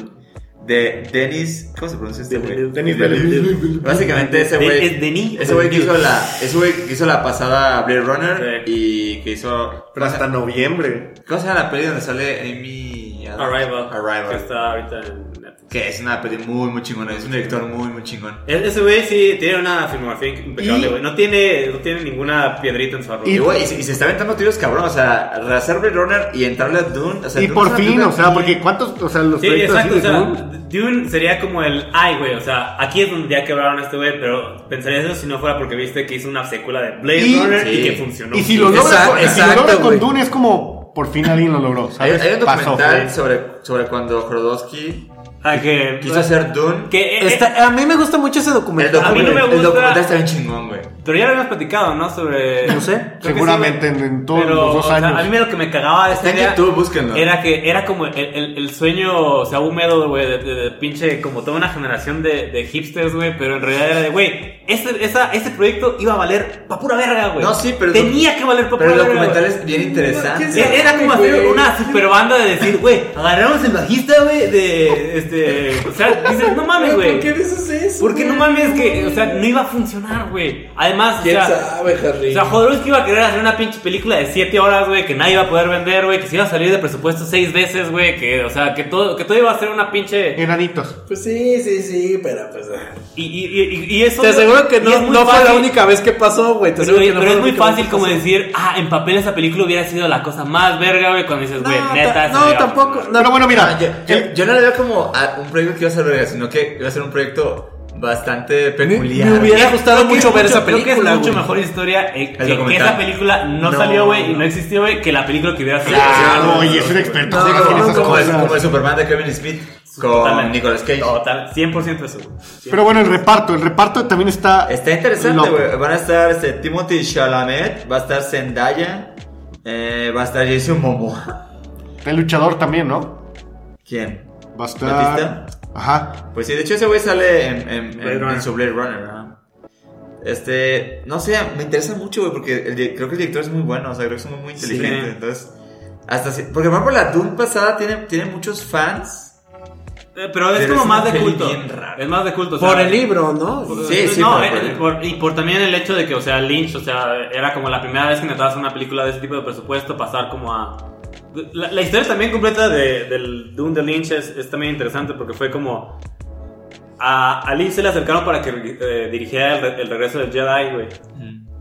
C: de Dennis. ¿Cómo se pronuncia este güey?
A: Denis Villeneuve.
C: Básicamente ese
D: De-
C: güey.
D: es Denis.
C: Ese güey que hizo la. Ese güey que hizo la pasada Blade Runner
D: Sí.
C: y que hizo.
A: Pero hasta noviembre.
C: ¿Cómo se llama la peli donde sale Amy Adams?
D: Arrival. Que
C: Arrival.
D: está ahorita en Netflix.
C: Que es una peli muy, muy chingona. Es un director muy, muy chingón.
D: E- Ese güey sí tiene una filmografía impecable,
A: Y-
D: güey. No tiene, no tiene ninguna piedrita en su arroz.
C: Y, güey, y, se- y se está aventando tiros cabrón. O sea, rehacer Blade Runner y entrarle a Dune. O sea,
A: Y
C: Dune es
A: por
C: una
A: fin,
C: película
A: o sea,
C: muy-
A: porque cuántos, o sea, los
D: Sí,
A: proyectos así
D: exacto. O sea,
A: de Dune,
D: Dune sería como el. Ay, güey. O sea, aquí es donde ya quebraron a este güey. Pero pensarías eso si no fuera porque viste que hizo una secuela de Blade
A: Y-
D: Runner
C: sí.
D: y que funcionó.
A: Y si lo
F: Exacto,
A: logra, con- y si lo
F: exacto,
A: logra con
F: güey.
A: Dune es como por fin alguien lo logró,
C: Hay,
A: ¿sabes?
C: hay un
A: Pasó,
C: documental
A: güey.
C: sobre, sobre cuando Krodowski
D: Ah, que.
C: quiso hacer Dune.
D: que eh, eh,
F: Está- a mí me gusta mucho ese
C: El
F: documental.
D: A mí no
C: documental,
D: me
C: el
D: gusta-
C: documental está bien chingón, güey.
D: Pero ya lo habíamos platicado, ¿no? Sobre.
F: No sé,
D: Creo que sí,
A: Seguramente
D: güey.
A: en, en todos
D: Pero,
A: los dos
D: o sea,
A: años.
D: a mí lo que me cagaba de
C: Está
D: esta
C: en
D: idea
C: YouTube, búsquenlo.
D: era que era como el, el- el sueño, o sea, húmedo, güey, de, de- de pinche, como toda una generación de, de hipsters, güey, pero en realidad era de, güey, este, esa- este proyecto iba a valer pa' pura verga, güey.
C: No, sí, pero-
D: Tenía que valer pa'
C: Pero
D: pura
C: el
D: verga.
C: documental
D: güey.
C: es bien
F: ¿quién
C: interesante.
F: sabe?
D: E- Era como hacer
F: Güey.
D: una super banda de decir, güey, agarramos el bajista, güey, de este. O sea, dices, no mames,
F: Pero,
D: güey.
F: ¿Por qué dices eso?
D: Porque no
F: güey?
D: mames, que, o sea, no iba a funcionar, güey. Además, o
F: ¿Quién
D: sea,
F: sabe, Harry?
D: o sea, Jodorowsky iba a querer hacer una pinche película de 7 horas, güey, que nadie iba a poder vender, güey, que se iba a salir de presupuesto 6 veces, güey, que, o sea, que todo, que todo iba a ser una pinche...
A: Enanitos.
F: Pues sí, sí, sí, pero pues. ah.
D: Y, y, y, y eso...
F: Te aseguro que
D: y
F: no,
D: es muy
F: no fue la
D: fácil-
F: única vez que pasó, güey. Te
D: Pero,
F: aseguro que no
D: pero
F: fue
D: es
F: la
D: muy
F: única vez
D: fácil
F: que
D: como
F: pasó.
D: decir, ah, en papel esa película hubiera sido la cosa más verga, güey, cuando dices,
F: No,
D: güey,
F: ta-
D: neta... esa
F: no,
D: sería-
F: tampoco, no.
A: Pero bueno, mira,
C: Ah, yo, yo- yo no le veo como a un proyecto que iba a ser verga, sino que iba a ser un proyecto bastante peculiar.
F: me hubiera-
D: Creo que
F: gustado
D: es
F: mucho ver esa
D: creo que es
F: película,
D: mucho
F: güey.
D: mejor historia eh, que, que
C: documental.
D: esa película no,
A: No.
D: salió, güey, y no existió, güey, que la película que hubiera salido.
A: Claro, oye, es un experto.
F: No,
A: se
C: Como-
A: hacen
F: no,
A: esas
C: como, el,
A: cosas.
C: como el Superman de Kevin Smith con
D: Totalmente.
C: Nicolas Cage.
D: Total, 100% eso. güey.
A: Pero bueno, el reparto, el reparto también está.
C: Está interesante,
A: loco.
C: güey. Van a estar este, Timothy Chalamet, va a estar Zendaya, eh, va a estar Jason Momoa.
A: El luchador también, ¿no?
C: ¿Quién?
A: Va a estar.
C: ¿Batista?
A: Ajá.
C: Pues sí, de hecho ese güey sale en, en- en-
D: Blade Runner.
C: en su Blade Runner, ¿no? Este, no sé, me interesa mucho, güey, porque el di- creo que el director es muy bueno, o sea, creo que es muy, muy inteligente,
D: Sí.
C: entonces... Hasta si- porque por ejemplo la Doom pasada tiene, tiene muchos fans.
D: Eh, Pero es
C: Pero
D: como
C: es
D: más
C: una
D: de
C: peli
D: culto.
C: bien rara.
D: Es más de culto. o sea,
F: Por el libro, ¿no?
C: Sí, sí,
D: no,
C: por-
D: eh,
C: por-
D: eh, por- y por también el hecho de que, o sea, Lynch, o sea, era como la primera vez que intentabas una película de ese tipo de presupuesto, pasar como a... La, la historia también completa de, del Doom de Lynch es, es también interesante porque fue como... A, a Lynch se le acercaron para que eh, dirigiera el, re- el regreso del Jedi, güey.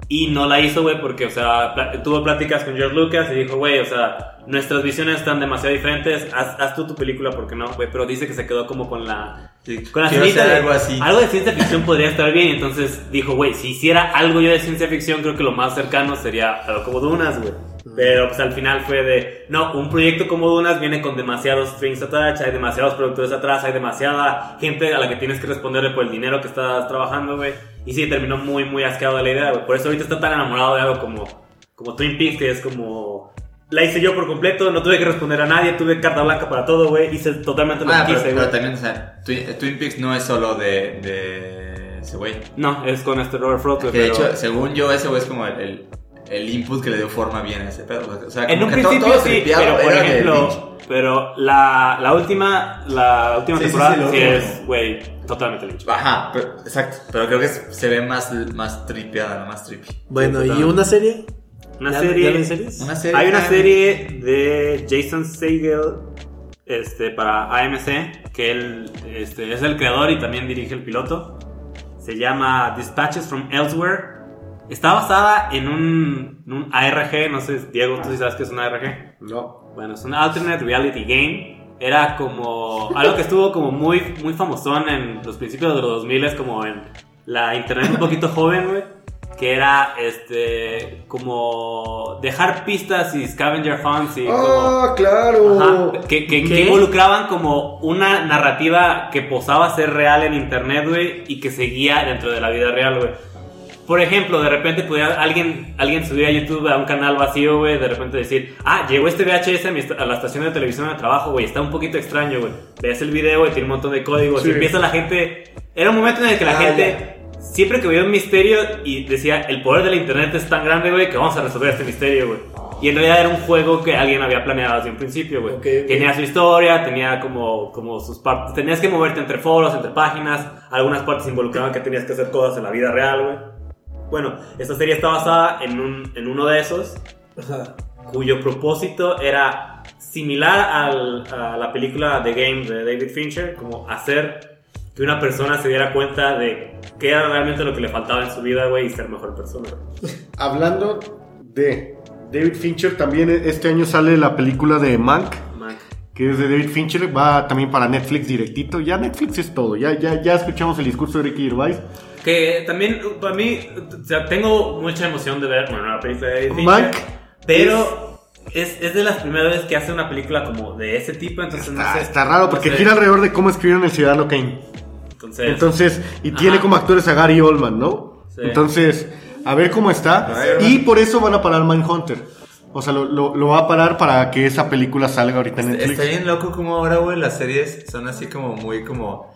D: Y no la hizo, güey, porque, o sea, pla- tuvo pláticas con George Lucas y dijo, güey, o sea, nuestras visiones están demasiado diferentes, haz, haz tú tu película, porque no, güey, pero dice que se quedó como con la...
C: Sí,
D: Con la
C: quiero
D: finita
C: hacer
D: de-
C: algo así.
D: Algo de ciencia ficción podría estar bien, entonces dijo, güey, si hiciera algo yo de ciencia ficción, creo que lo más cercano sería algo como Dunas, güey. Pero pues al final fue de, no, un proyecto como Dunas viene con demasiados strings attached, hay demasiados productores atrás, hay demasiada gente a la que tienes que responderle por el dinero que estás trabajando, güey. Y sí, terminó muy, muy asqueado de la idea, güey. Por eso ahorita está tan enamorado de algo como, como Twin Peaks, que es como... La hice yo por completo, no tuve que responder a nadie, tuve carta blanca para todo, güey. Hice totalmente lo
C: Ah,
D: que
C: pero,
D: quise,
C: pero
D: güey.
C: también, o sea, Twi- Twin, Peaks no es solo de, de ese güey.
D: No, es con este Robert Frost, güey.
C: Que de
D: pero-
C: hecho, según yo, ese güey es como el, el, el input que le dio forma bien a ese pedo. O sea, como
D: En un
C: que to-
D: principio
C: todo
D: sí,
C: tripeado
D: pero por
C: era de Lynch.
D: ejemplo, pero la, la última, la última
C: Sí, sí, sí,
D: temporada sí,
C: lo último.
D: es, güey, totalmente Lynch.
C: Ajá, pero- exacto. Pero creo que es- se ve más, más tripeada, ¿no? más trippy.
F: Bueno, ¿y
D: totalmente.
F: una serie?
D: Una
F: ¿Ya-
D: serie.
F: ya ven series?
C: Una serie.
D: Hay una
C: ah,
D: serie de Jason Segel este, para AMC, que él este, es el creador y también dirige el piloto. Se llama Dispatches from Elsewhere. Está basada en un, en un ARG, no sé, Diego, tú sí sabes qué es un ARG.
A: No.
D: Bueno, es un alternate reality game. Era como algo que estuvo como muy, muy famosón en los principios de los 2000, es como en la internet un poquito joven, güey. Que era este, como dejar pistas y scavenger hunts y
F: ¡Oh!
D: como.
A: Ah, claro.
D: Ajá, que, que- que
F: ¿Qué?
D: involucraban como una narrativa que posaba ser real en internet, güey, y que seguía dentro de la vida real, güey. Por ejemplo, de repente podía alguien, alguien subir a YouTube a un canal vacío, güey, de repente decir, ah, llegó este VHS a, mi est- a la estación de televisión de trabajo, güey, está un poquito extraño, güey. Veas el video, y tiene un montón de códigos,
A: Sí.
D: y empieza la gente... Era un momento en el que la
F: Ah,
D: gente siempre que veía un misterio y decía, el poder del internet es tan grande, güey, que vamos a resolver este misterio, güey. Y en realidad era un juego que alguien había planeado desde un principio, güey.
F: Ok, ok.
D: Tenía su historia, tenía como, como sus partes. Tenías que moverte entre foros, entre páginas. Algunas partes involucraban que tenías que hacer cosas en la vida real, güey. Bueno, esta serie está basada en, un, en uno de esos,
F: Ajá.
D: cuyo propósito era similar al- a la película The Game de David Fincher, como hacer que una persona se diera cuenta de qué era realmente lo que le faltaba en su vida, güey, y ser mejor persona.
A: Hablando de David Fincher, también este año sale la película de Mank,
D: Mac.
A: que es de David Fincher, va también para Netflix directito. Ya Netflix es todo, ya, ya, ya escuchamos el discurso de Ricky Gervais.
D: Que también, uh, para mí, uh, o sea, tengo mucha emoción de ver, bueno, la película de David Fincher,
A: Mank
D: Pero es, es de las primeras veces que hace una película como de ese tipo, entonces no
A: está,
D: sé.
A: Ah, está raro
D: no
A: porque
D: sé.
A: gira alrededor de cómo escribieron el Ciudadano Kane.
D: Entonces,
A: Entonces, y tiene
D: Ajá.
A: como actores a Gary Oldman, ¿no?
D: Sí.
A: Entonces, a ver cómo está. Y por eso van a parar Manhunter. O sea, lo, lo, lo va a parar para que esa película salga ahorita en Netflix.
C: Está bien loco como ahora, güey, las series son así como muy como...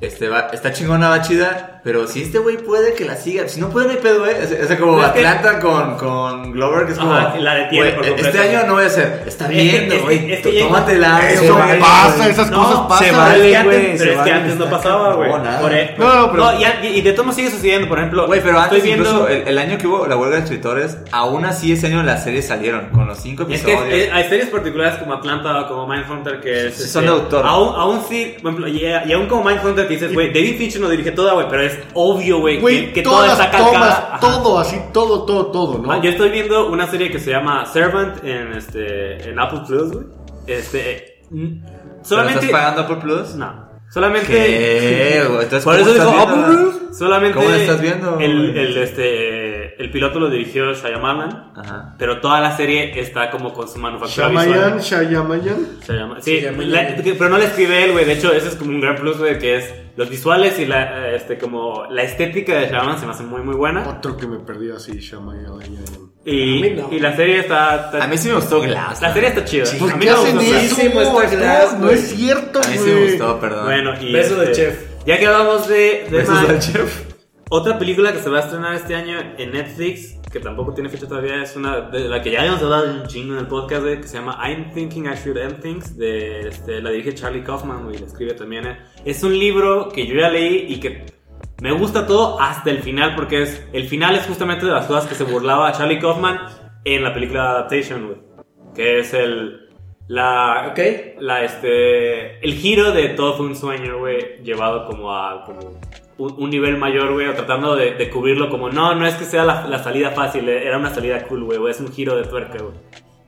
C: Este, va, está chingona, va chida, pero si este güey puede que la siga, si no puede, no hay pedo, güey. Es, es como
D: Es que-
C: Atlanta con, con Glover, que es como.
D: Ajá, que la detiene
C: güey,
D: por
C: e-
D: completo.
C: este año no voy a hacer. Está
D: Es que-
C: bien,
D: es que-
C: güey.
D: es que ya-
C: Tómatela.
A: Eso
C: se vale,
A: pasa,
C: güey.
A: esas cosas pasan.
C: se
D: Pero es
C: vale,
D: que
C: güey.
D: antes, pero
C: se
D: es que
C: vale,
D: antes no
C: está
D: pasaba, güey.
C: cabrón, nada.
D: Por e-
A: No, no, pero-
D: y, a- y de todo sigue sucediendo, por ejemplo.
C: Güey, pero
D: estoy
C: antes
D: viendo.
C: incluso el, el año que hubo la huelga de escritores, aún así ese año las series salieron con los cinco
D: Es que
C: episodios.
D: eh, hay series particulares como Atlanta o como Mindhunter que es, este,
C: Sí, son de autor.
D: Aún, aún sí, por ejemplo, y, y aún como Mindhunter que dices, güey, David Fincher no dirige toda, güey, pero es obvio, güey, que,
A: Güey,
D: que toda
A: todas
D: está
A: las
D: calcada.
A: tomas,
D: Ajá.
A: todo, así, todo, todo, todo, ¿no?
D: Ah, Yo estoy viendo una serie que se llama Servant en, este, en Apple Plus, güey. Este. mm,
C: ¿Pero
D: Solamente.
C: ¿Estás pagando por Plus?
D: No. Solamente.
C: ¿Qué, güey? Entonces,
D: Por
C: ¿cómo
D: eso
C: estás
D: digo,
C: viendo
D: "Ah,
C: la-
D: pues, pues". solamente
C: ¿Cómo la estás viendo?
D: El, el, este, el piloto lo dirigió Shyamalan,
C: Ajá.
D: pero toda la serie está como con su manufactura
A: Shamayan,
D: visual.
A: Shayamayan.
D: Shyamalan. Sí,
F: Shyamalan.
D: la- que- pero no la escribe él, güey. De hecho, ese es como un gran plus, güey, que es los visuales y la, eh, este, como la estética de Shyamalan se me hace muy, muy buena.
A: Otro que me perdí así, Shamayan.
D: Y,
F: A mí no.
D: y la serie está... está-
C: A mí sí me gustó Glass.
D: la serie está chida.
A: ¿Por
D: A mí
A: qué
D: me
A: hacen
D: gustó.
A: eso?
F: Buenísimo, está
A: No,
F: claro,
A: No
F: güey.
A: es cierto,
C: A mí
A: güey.
C: sí me gustó, perdón.
D: Bueno, y
F: Beso del
D: este,
F: chef.
D: Ya que hablamos de, de
C: Besos
D: Mank,
C: al chef.
D: Otra película que se va a estrenar este año en Netflix, que tampoco tiene fecha todavía, es una de la que ya habíamos hablado un chingo en el podcast, güey, que se llama I'm Thinking I Should End Things, de, este, la dirige Charlie Kaufman güey, y la escribe también. eh. Es un libro que yo ya leí y que me gusta todo hasta el final, porque es el final es justamente de las cosas que se burlaba Charlie Kaufman en la película Adaptation, güey, que es el... La,
F: Ok.
D: la este el giro de todo fue un sueño güey llevado como a como un, un nivel mayor güey o tratando de, de cubrirlo como no no es que sea la, la salida fácil eh, era una salida cool güey o es un giro de tuerca güey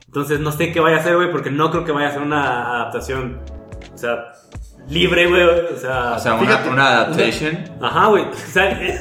D: entonces no sé qué vaya a hacer güey porque no creo que vaya a ser una adaptación o sea libre güey o sea,
C: O sea, una,
A: Fíjate.
C: una adaptation.
D: ajá güey o sea, eh,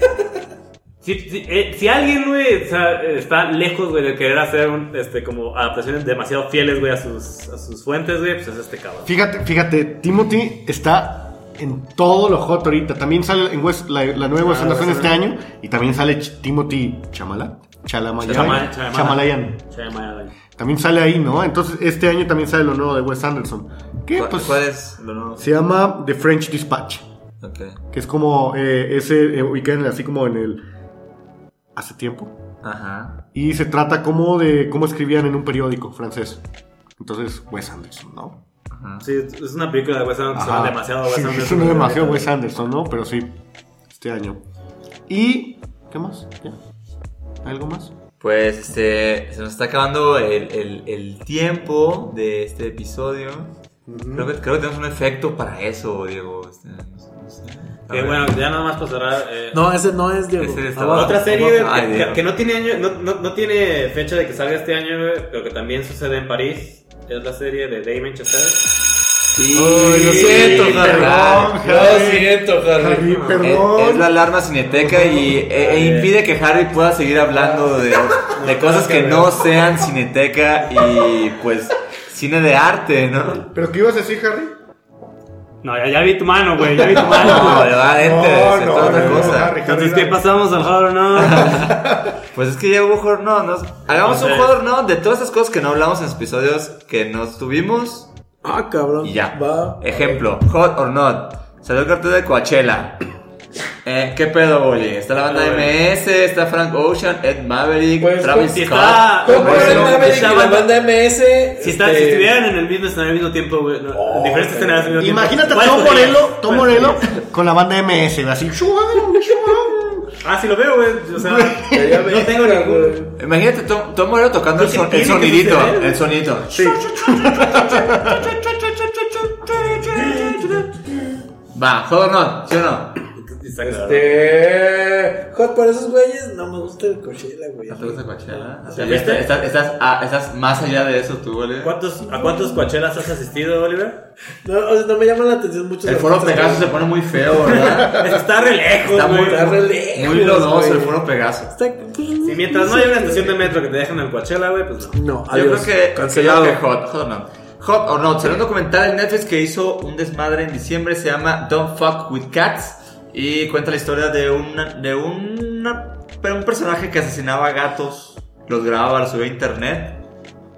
D: Si, si- eh, si alguien, güey, o sea, eh, está lejos, güey, de querer hacer un, este, como adaptaciones demasiado fieles, güey, a sus, a sus fuentes, güey, pues es este cabrón.
A: Fíjate, fíjate, Timothy está en todo lo hot ahorita. También sale en West- la, la
C: Ah,
A: nueva Wes Anderson este año. Y también sale Ch- Timothy Chamala. Chalamayan.
D: Chalamal-
A: Chamalayan.
D: Shyamalan.
A: También sale ahí, ¿no? Entonces, este año también sale lo nuevo de Wes Anderson. ¿Qué?
C: ¿Cuál,
A: Pues
C: cuál es? Lo nuevo?
A: se llama The French Dispatch.
C: Ok.
A: Que es como eh, ese eh, weekend, así como en el. hace tiempo.
C: Ajá.
A: Y se trata como de cómo escribían en un periódico francés. Entonces, Wes Anderson, ¿no?
C: ajá.
D: Sí, es una película de Wes Anderson,
A: Ajá.
D: demasiado Wes
A: Sí,
D: Anderson.
A: es una demasiado Wes Anderson, ¿no? Pero sí, este año. ¿Y qué más? ¿Ya? ¿Algo más?
C: Pues este, se nos está acabando el, el- el tiempo de este episodio. creo, que, creo que tenemos un efecto para eso, Diego. este, no sé, no sé. A
D: Que
C: ver.
D: bueno, ya nada más para cerrar. eh,
F: No, ese no es Diego. Ah,
C: Ese está
F: Abajo.
D: Otra serie güey,
C: Ay,
D: que- que,
C: Dios.
D: que no tiene año, no, no- no tiene fecha de que salga este año, güey, pero que también sucede en París, es la serie de Damon Chazelle.
A: Ay, lo siento,
C: Sí,
A: Harry.
C: perdón,
B: Lo siento, Harry.
A: Harry,
C: Es, es
A: perdón.
C: la alarma cineteca y e, e impide que Harry pueda seguir hablando de, de cosas que no sean cineteca y pues cine de arte, ¿no?
A: ¿Pero qué ibas a decir, Harry?
G: No, ya, ya vi tu mano, güey. Ya vi tu
C: No,
G: mano.
C: de verdad,
A: No,
C: este, se
A: no,
C: trata de
A: no,
C: otra cosa.
A: Harry,
G: Entonces,
A: Harry,
G: ¿qué pasamos al horror, no?
C: Pues es que ya hubo horror no, nos- hagamos un
D: Entonces-
C: horror no de todas esas cosas que no hablamos en los episodios que nos tuvimos
F: Ah, cabrón.
C: y ya.
F: Va.
C: Ejemplo, hot or not. Salió el cartel de Coachella. Eh, ¿Qué pedo, Oli? Está la banda MS, está Frank Ocean, Ed Maverick,
H: Pues,
C: Travis
D: si
C: Scott.
D: está-
H: ¿Cómo
C: Bueno,
H: es el Maverick y
D: esa
H: la
D: banda-
H: banda MS?
D: Si, está-
C: Este,
F: Este,
D: si estuvieran en el mismo escenario al mismo tiempo, güey, no,
C: Oh,
D: en diferentes escenarios al mismo tiempo.
A: Imagínate a
D: ¿cuál
A: Tom
D: escogerías?
A: Morello, Tom
D: ¿Cuál
A: Morello
D: escogerías?
A: con la banda MS, así.
D: Ah, sí lo veo, güey, o sea, no tengo ningún...
C: Imagínate Tom, Tom Morello tocando el, son- el sonidito, el sonidito. Va, hot or not, ¿sí o no?
F: Este. Hot para esos güeyes. No me gusta el Coachella, güey.
C: ¿No te gusta Coachella? O sea,
D: ¿Ya
C: ya está-
D: viste?
C: estás, estás, ah, estás más allá de eso tú, Oli.
D: ¿Cuántos, ¿A cuántos coachelas has asistido, Oliver?
F: No, o sea, no me llama la atención mucho.
C: El foro Pegaso se pone muy feo, ¿verdad?
D: Está re lejos,
C: Está
D: güey.
C: muy,
F: Está re lejos,
C: muy lodoso
F: güey.
C: el foro Pegaso.
F: Está...
D: Si mientras no haya una estación de metro que te dejen al Coachella, güey, pues no.
F: No,
C: Yo
F: adiós.
C: creo que,
F: Cancelado.
C: yo creo que hot, hot or not. Hot or not. Salió un documental en Netflix que hizo un desmadre en diciembre. Se llama Don't Fuck with Cats. Y cuenta la historia de una, de una, pero un personaje que asesinaba gatos, los grababa, los subía a internet.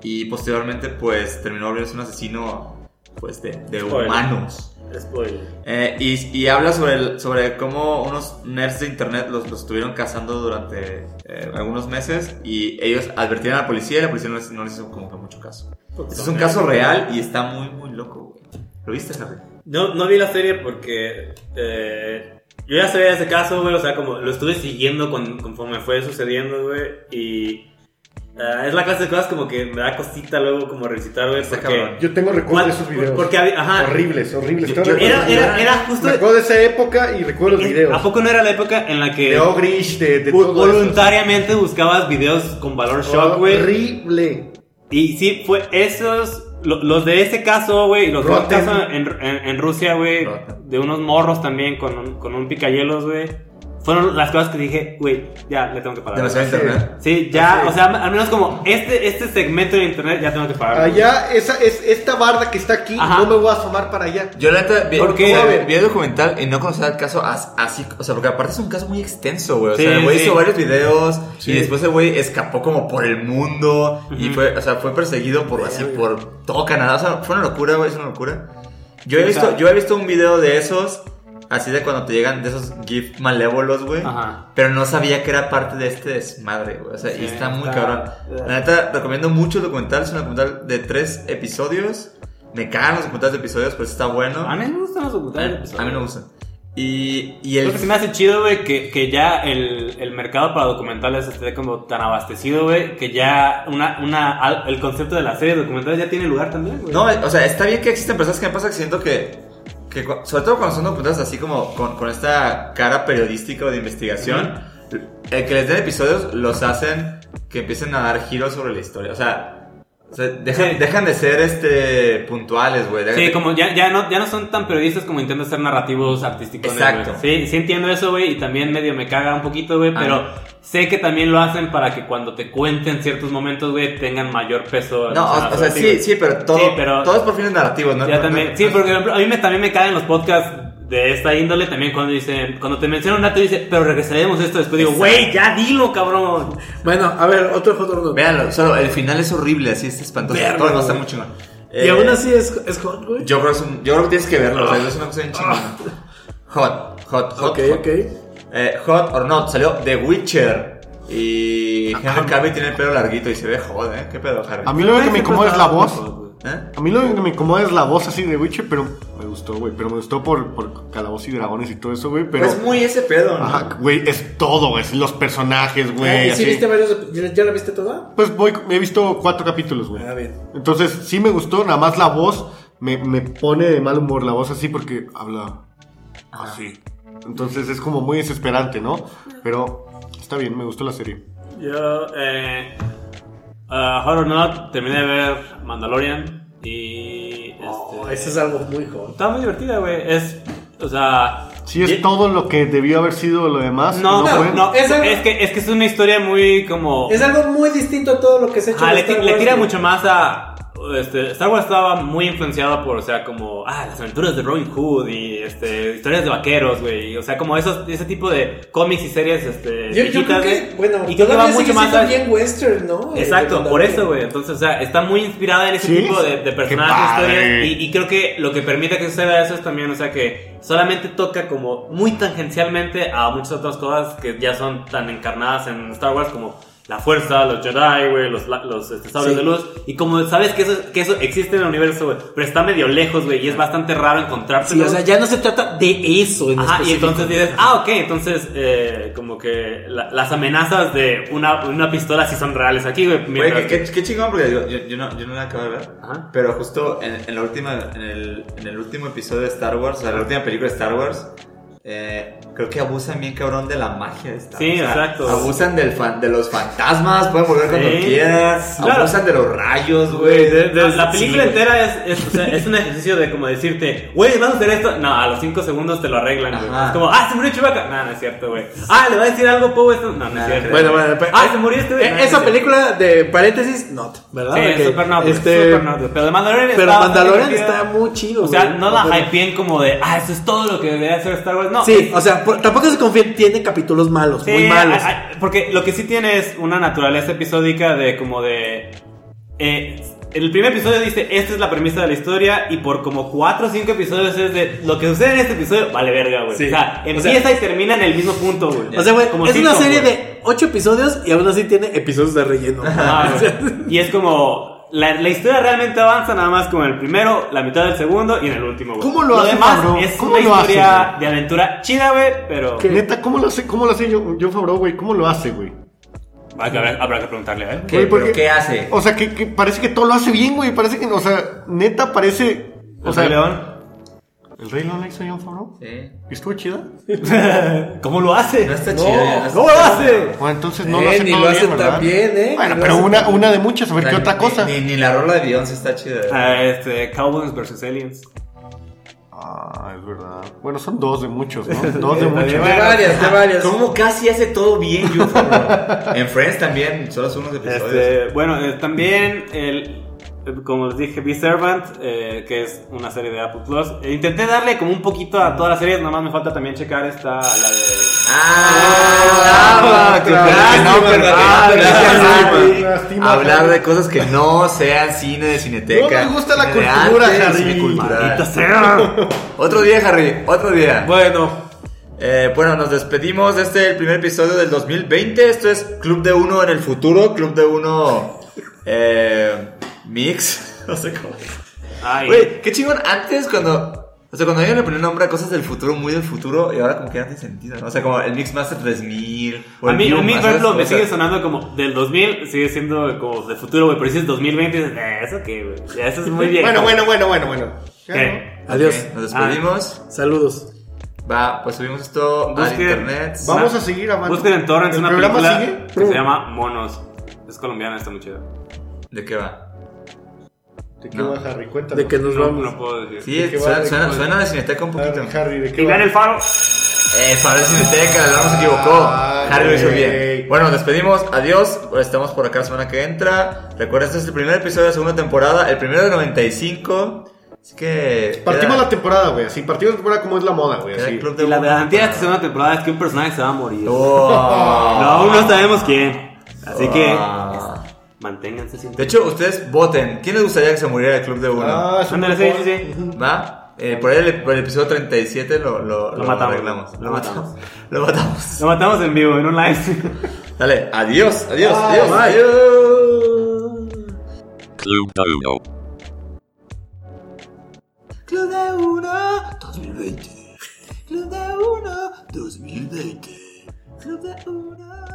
C: Y posteriormente, pues terminó volviéndose un asesino pues, de, de
D: Spoiler.
C: humanos.
D: Spoiler.
C: Eh, y, y habla sobre, el- sobre cómo unos nerds de internet los, los estuvieron cazando durante eh, algunos meses y ellos advertían a la policía y la policía no les, no les hizo como que mucho caso. Este es un caso real y está muy, muy loco, güey. ¿Lo viste, Harry?
D: No, no vi la serie porque eh, yo ya sabía de ese caso, güey. O sea, como lo estuve siguiendo con- conforme fue sucediendo, güey. Y ah, es la clase de cosas como que me da cosita luego como revisitar, güey.
C: Está
D: Porque,
C: cabrón.
A: Yo tengo recuerdos de esos
D: por-
A: videos.
D: porque había- ajá.
A: Horribles, horribles.
C: Yo-
A: Tengo
C: yo-
A: recuerdos
D: Era,
A: de-
D: era, era justo.
A: Me acuerdo de esa época y recuerdo los
D: ¿A
A: videos.
D: poco no era la época en la que
A: De Ogrish, de, de
D: vo-
A: todo eso. Oh,
D: voluntariamente buscabas videos con valor shock, güey?
A: Horrible.
D: Y sí, fue esos. lo- Los de ese caso, güey, y los de un
A: Rotten.
D: caso en, en- en Rusia, güey,
C: Rotten.
D: de unos morros también con un, con un picayelos, güey, fueron las cosas que dije, güey, ya le tengo que parar.
C: Demasiado
A: sí.
C: internet.
D: Sí, ya, o sea, al menos como este, este segmento de internet ya tengo que parar.
A: Ah, Allá, esa, es, esta barda que está aquí,
D: Ajá.
A: no me voy a asomar para allá.
C: Yo la neta vi,
D: ¿Por qué?
C: o sea, vi el documental y no conocía el caso as- así, o sea, porque aparte es un caso muy extenso, güey. O sea,
D: Sí,
C: el güey
D: sí.
C: hizo varios videos y después el güey escapó como por el mundo y fue, o sea, fue perseguido por así por todo Canadá. O sea, fue una locura, güey, es una locura. Yo he
D: Sí, o
C: visto,
D: sea-
C: yo he visto un video de esos, así de cuando te llegan de esos GIF malévolos, güey.
D: Ajá.
C: Pero no sabía que era parte de este desmadre, güey. O sea, y
D: Sí,
C: está muy
D: está-
C: cabrón. La neta, recomiendo mucho el documental. Es un documental de tres episodios. Me cagan los documentales de episodios, pero este está bueno.
D: A mí me gustan los documentales.
C: A mí me gusta. Y, y
D: Creo
C: el.
D: que se me hace chido, güey, que, que ya el, el mercado para documentales esté como tan abastecido, güey, que ya una, una, al- el concepto de la serie de documentales ya tiene lugar también, güey.
C: No, eh, o sea, está bien que existen personas que me pasa que siento que. que cu- sobre todo cuando son documentales así como con, con esta cara periodística o de investigación, el que les den episodios los hacen que empiecen a dar giros sobre la historia. O sea, o sea, dejan,
D: Sí.
C: dejan de ser este puntuales, güey. Dejan
D: Sí,
C: de-
D: como ya, ya, no, ya no son tan periodistas como intento ser narrativos artísticos.
C: Exacto.
D: Sí, sí entiendo eso, güey, y también medio me caga un poquito, güey,
C: Ah.
D: pero sé que también lo hacen para que cuando te cuenten ciertos momentos, güey, tengan mayor peso.
C: No, o, o sea, sí, sí, pero todo,
D: Sí, pero-
C: todo es por fines narrativos, ¿no?
D: Ya
C: No-
D: también,
C: no-
D: sí,
C: no-
D: porque por ejemplo, a mí me, también me caen los podcasts de esta índole también cuando dicen, cuando te mencionan un dato y dicen, pero regresaremos a esto después. Digo, güey, ya dilo, cabrón.
F: Bueno, a ver, otro Hot or Not.
C: Véanlo, solo el final es horrible, así es espantoso.
F: Verga,
C: todo está
F: güey.
C: muy chingón.
F: Y
C: Eh,
F: aún así es, es hot, güey.
C: Yo creo, que es un- yo creo que tienes que verlo, o sea, es una cosa bien chingona. Hot, hot, hot.
F: ok,
C: hot.
F: ok.
C: Eh, hot or not, salió The Witcher. Y Henry Cavill tiene el pelo larguito y se ve hot, ¿eh? ¿Qué pedo, Harry?
A: A mí lo que me incomoda es la voz.
C: ¿Eh?
A: A mí lo que me incomoda es la voz así de Witcher, pero me gustó, güey. Pero me gustó por, por Calabozos y Dragones y todo eso, güey. Pero.
C: Es muy ese pedo, ¿no?
A: Ajá, güey, es todo, es los personajes,
F: Ah,
A: güey.
F: ¿Y si
A: así.
F: viste varios? ¿Ya, ya la viste toda?
A: Pues voy, he visto cuatro capítulos, güey.
F: Ah, bien.
A: Entonces, sí me gustó, nada más la voz me, me pone de mal humor la voz así porque habla así. Entonces es como muy desesperante, ¿no? Pero está bien, me gustó la serie.
D: Yo, eh. ah, Hot or Not, terminé de ver Mandalorian y. Este,
F: Oh, eso es algo muy hot.
D: Estaba muy divertida, güey. Es. O sea.
A: Si es
D: bien-
A: todo lo que debió haber sido lo
C: Ah,
A: demás,
D: No,
A: fue?
D: no, no,
F: Es
D: es,
F: algo-
D: que, es que es una historia muy como.
F: Es algo muy distinto a todo lo que se ha hecho.
D: Ah,
F: en
D: le,
F: Star
D: ti- le
F: Wars,
D: tira
F: güey.
D: mucho más a. Este, Star Wars estaba muy influenciado por, o sea, como. Ah, las aventuras de Robin Hood y este, historias de vaqueros, güey. y, O sea, como esos, ese tipo de cómics y series. Este,
F: Yo, yo creo
D: viejitas,
F: que,
D: güey,
F: bueno,
D: y
F: y
D: creo que va
F: todavía
D: mucho
F: sigue
D: más.
F: siendo
D: a-
F: bien western, ¿no?
D: Exacto,
F: Eh,
D: por eso, güey. Entonces, o sea, está muy inspirada en ese
A: ¿Sí?
D: tipo de, de personajes,
A: padre!
D: historias. Y, y creo que lo que permite que suceda eso es también, o sea, que solamente toca como muy tangencialmente a muchas otras cosas que ya son tan encarnadas en Star Wars como la fuerza, los Jedi, güey, los, la- los este, sables
F: Sí.
D: de luz. Y como sabes que eso, que eso existe en el universo, güey, pero está medio lejos, güey, y es bastante raro encontrarse.
F: Sí, o sea, ya no se trata de eso en
D: Ajá, y
F: específico.
D: entonces dices, ah, ok, entonces eh, como que la- las amenazas de una, una pistola sí son reales aquí, güey.
C: Güey,
D: mientras
C: qué,
D: que-
C: qué- qué chingón, porque yo, yo, yo no, yo no la acabo de ver.
D: Ajá.
C: Pero justo en, en la última, en, el, en el último episodio de Star Wars, o sea, la última película de Star Wars, eh, creo que abusan bien cabrón de la magia de Star
D: Sí,
C: Wars. O sea,
D: exacto.
C: Abusan del fan, de los fantasmas, pueden volver cuando
D: Sí.
C: quieran.
D: Claro.
C: Abusan de los rayos, güey. de- de-
D: La, la película
C: sí, güey.
D: entera es, es, o sea, es un ejercicio de como decirte, güey, vas a hacer esto. No, a los 5 segundos te lo arreglan, güey.
C: Ajá.
D: Es como, ah, se murió Chewbacca. No, no es cierto, güey. Ah, le va a decir algo, Poe, esto. No, no es cierto.
F: Bueno, bueno, pero-
D: ah, se murió este, güey. No,
F: Eh,
D: no es
F: Esa
D: cierto.
F: película de paréntesis, not, ¿verdad?
D: Sí,
F: Ok,
D: es super nerd,
F: este,
D: super nerd. Pero de Mandalorian
F: Pero
D: está
F: Mandalorian
D: divertida.
F: está muy chido.
D: O sea,
F: güey.
D: no la hypeen como de, ah, eso es todo lo que debería hacer Star Wars. No,
F: Sí, o sea, por- tampoco se confía, tiene capítulos malos,
D: Sí,
F: muy malos.
D: a- a- porque lo que sí tiene es una naturaleza episódica de como de... eh, el primer episodio dice, esta es la premisa de la historia y por como 4 o 5 episodios es de lo que sucede en este episodio, vale verga, güey.
F: Sí.
D: O sea,
F: O
D: empieza y termina en el mismo punto, güey.
F: o sea, güey, es una
D: sitcom,
F: serie
D: güey.
F: de ocho episodios y aún así tiene episodios de relleno.
D: Ah, güey. y es como... La, la historia realmente avanza nada más como en el primero, la mitad del segundo y en el último, güey.
A: ¿Cómo lo hace,
D: demás
A: cabrón?
D: es
A: ¿Cómo
D: una
A: lo hace,
D: historia
A: güey?
D: de aventura chida, güey, pero...
F: ¿Qué?
A: Neta, ¿cómo lo hace? ¿Cómo lo hace yo, yo Favreau, güey? ¿Cómo lo hace, güey?
D: Habrá, habrá que preguntarle, ¿eh?
C: ¿Qué,
A: Güey,
C: pero
A: porque-
C: ¿Qué hace?
A: O sea, que, que parece que todo lo hace bien, güey. Parece que, o sea, neta parece. O sea,
D: León?
A: ¿El Rey León la hizo John Favreau?
C: Sí.
A: ¿Y ¿Estuvo chida?
D: ¿Cómo lo hace?
C: No está chido. ya,
D: ¡No lo hace!
A: Bueno, entonces no
F: Eh,
A: lo hace
F: ni
A: todo
F: lo hace
A: bien, ¿verdad?
F: tan bien, ¿eh?
A: Bueno,
F: Ni lo
A: pero
F: hace
A: una,
F: tan-
A: una de muchas, a ver qué
C: Ni-
A: otra cosa.
C: Ni, ni la rola de Beyoncé está chida.
D: Ah, este, Cowboys vs. Aliens.
A: Ah, es verdad. Bueno, son dos de muchos, ¿no? Dos de
F: De
A: muchos.
F: varias, de varias.
C: ¿Cómo casi hace todo bien, yo En Friends también, solo son unos episodios.
D: Este, bueno, eh, también, el, eh, como les dije, Be Servant, eh, que es una serie de Apple Plus. Eh, intenté darle como un poquito a todas las series, nada más me falta también checar esta, la de.
C: Ah,
A: Ah,
C: claro,
A: claro,
C: no,
A: claro,
C: perdón,
A: claro,
C: perdón,
A: claro,
C: perdón.
A: lástima.
C: Hablar de cosas que no sean cine de cineteca.
A: No me gusta la
C: cine de
A: cultura,
C: arte,
A: Harry.
C: cine cultural.
D: ¡Maldita sea!
C: Otro día, Harry, otro día.
F: Bueno,
C: Eh, bueno, nos despedimos de este el primer episodio del 2020. Esto es Club de Uno en el futuro, Club de Uno eh, Mix. No sé cómo.
D: Ay,
C: Güey, qué chingón. Antes cuando. O sea, cuando alguien le ponía nombre a cosas del futuro, muy del futuro, y ahora como que ya no tiene sentido, ¿no? O sea, como el Mixmaster 3000. o
D: a
C: el
D: mí, a mí,
C: Viewmaster,
D: por ejemplo, me
C: o sea,
D: sigue sonando como del 2000, sigue siendo como de futuro, güey. Pero si es 2020, dices, eh, eso qué, güey. Ya, Eso es muy bien.
A: Bueno, bueno, bueno, bueno, bueno.
D: ¿Qué?
F: adiós.
C: Ok, nos
D: Ah.
C: despedimos.
F: Saludos.
C: Va, pues subimos esto al
D: Busquen-
C: internet.
A: Vamos a seguir amando.
D: Busquen en Torrents
A: ¿El
D: una
A: programa
D: película
A: sigue?
D: que se llama Monos. Es colombiana, está muy chida.
C: ¿De qué va?
A: ¿De qué
C: No.
A: va Harry? Cuéntanos.
F: De que nos
D: No,
F: vamos.
D: no puedo decir.
C: Sí,
A: ¿De qué
C: suena,
A: va? Ah,
C: suena, suena de Cineteca un
A: A ver,
C: poquito.
A: Harry, ¿de qué
D: Y vean
A: va?
D: el faro.
C: Eh, para el Cineteca, la verdad nos equivocó.
A: Ah,
C: Harry lo hizo
A: güey.
C: bien. Bueno, nos despedimos. Adiós. Estamos por acá la semana que entra. Recuerda, este es el primer episodio de la segunda temporada. El primero de 95. Así que.
A: Partimos
C: queda-
A: la temporada, güey. Así, partimos la temporada como es la moda, güey.
C: queda
A: Así.
C: el club de
D: Y la
C: Uno.
D: garantía de esta segunda temporada es que un personaje se va a morir.
C: Oh.
D: No, aún no sabemos quién. Así que
C: Ah.
D: manténganse sin
C: De hecho, ustedes voten. ¿Quién les gustaría que se muriera el club de uno?
A: Ah, es un
D: Ándale, sí,
A: mejor.
D: sí, sí.
C: ¿Va? Eh, por ahí el, por el episodio 37 lo, lo, lo
D: matamos.
C: arreglamos.
D: Lo matamos.
C: lo matamos.
D: Lo matamos en vivo, en un live.
C: Dale, adiós, adiós,
A: Ah,
C: adiós.
A: bye.
C: adiós.
I: Club de Uno.
C: Club de
F: 1, 2020. Club de 1, 2020. Club de 1.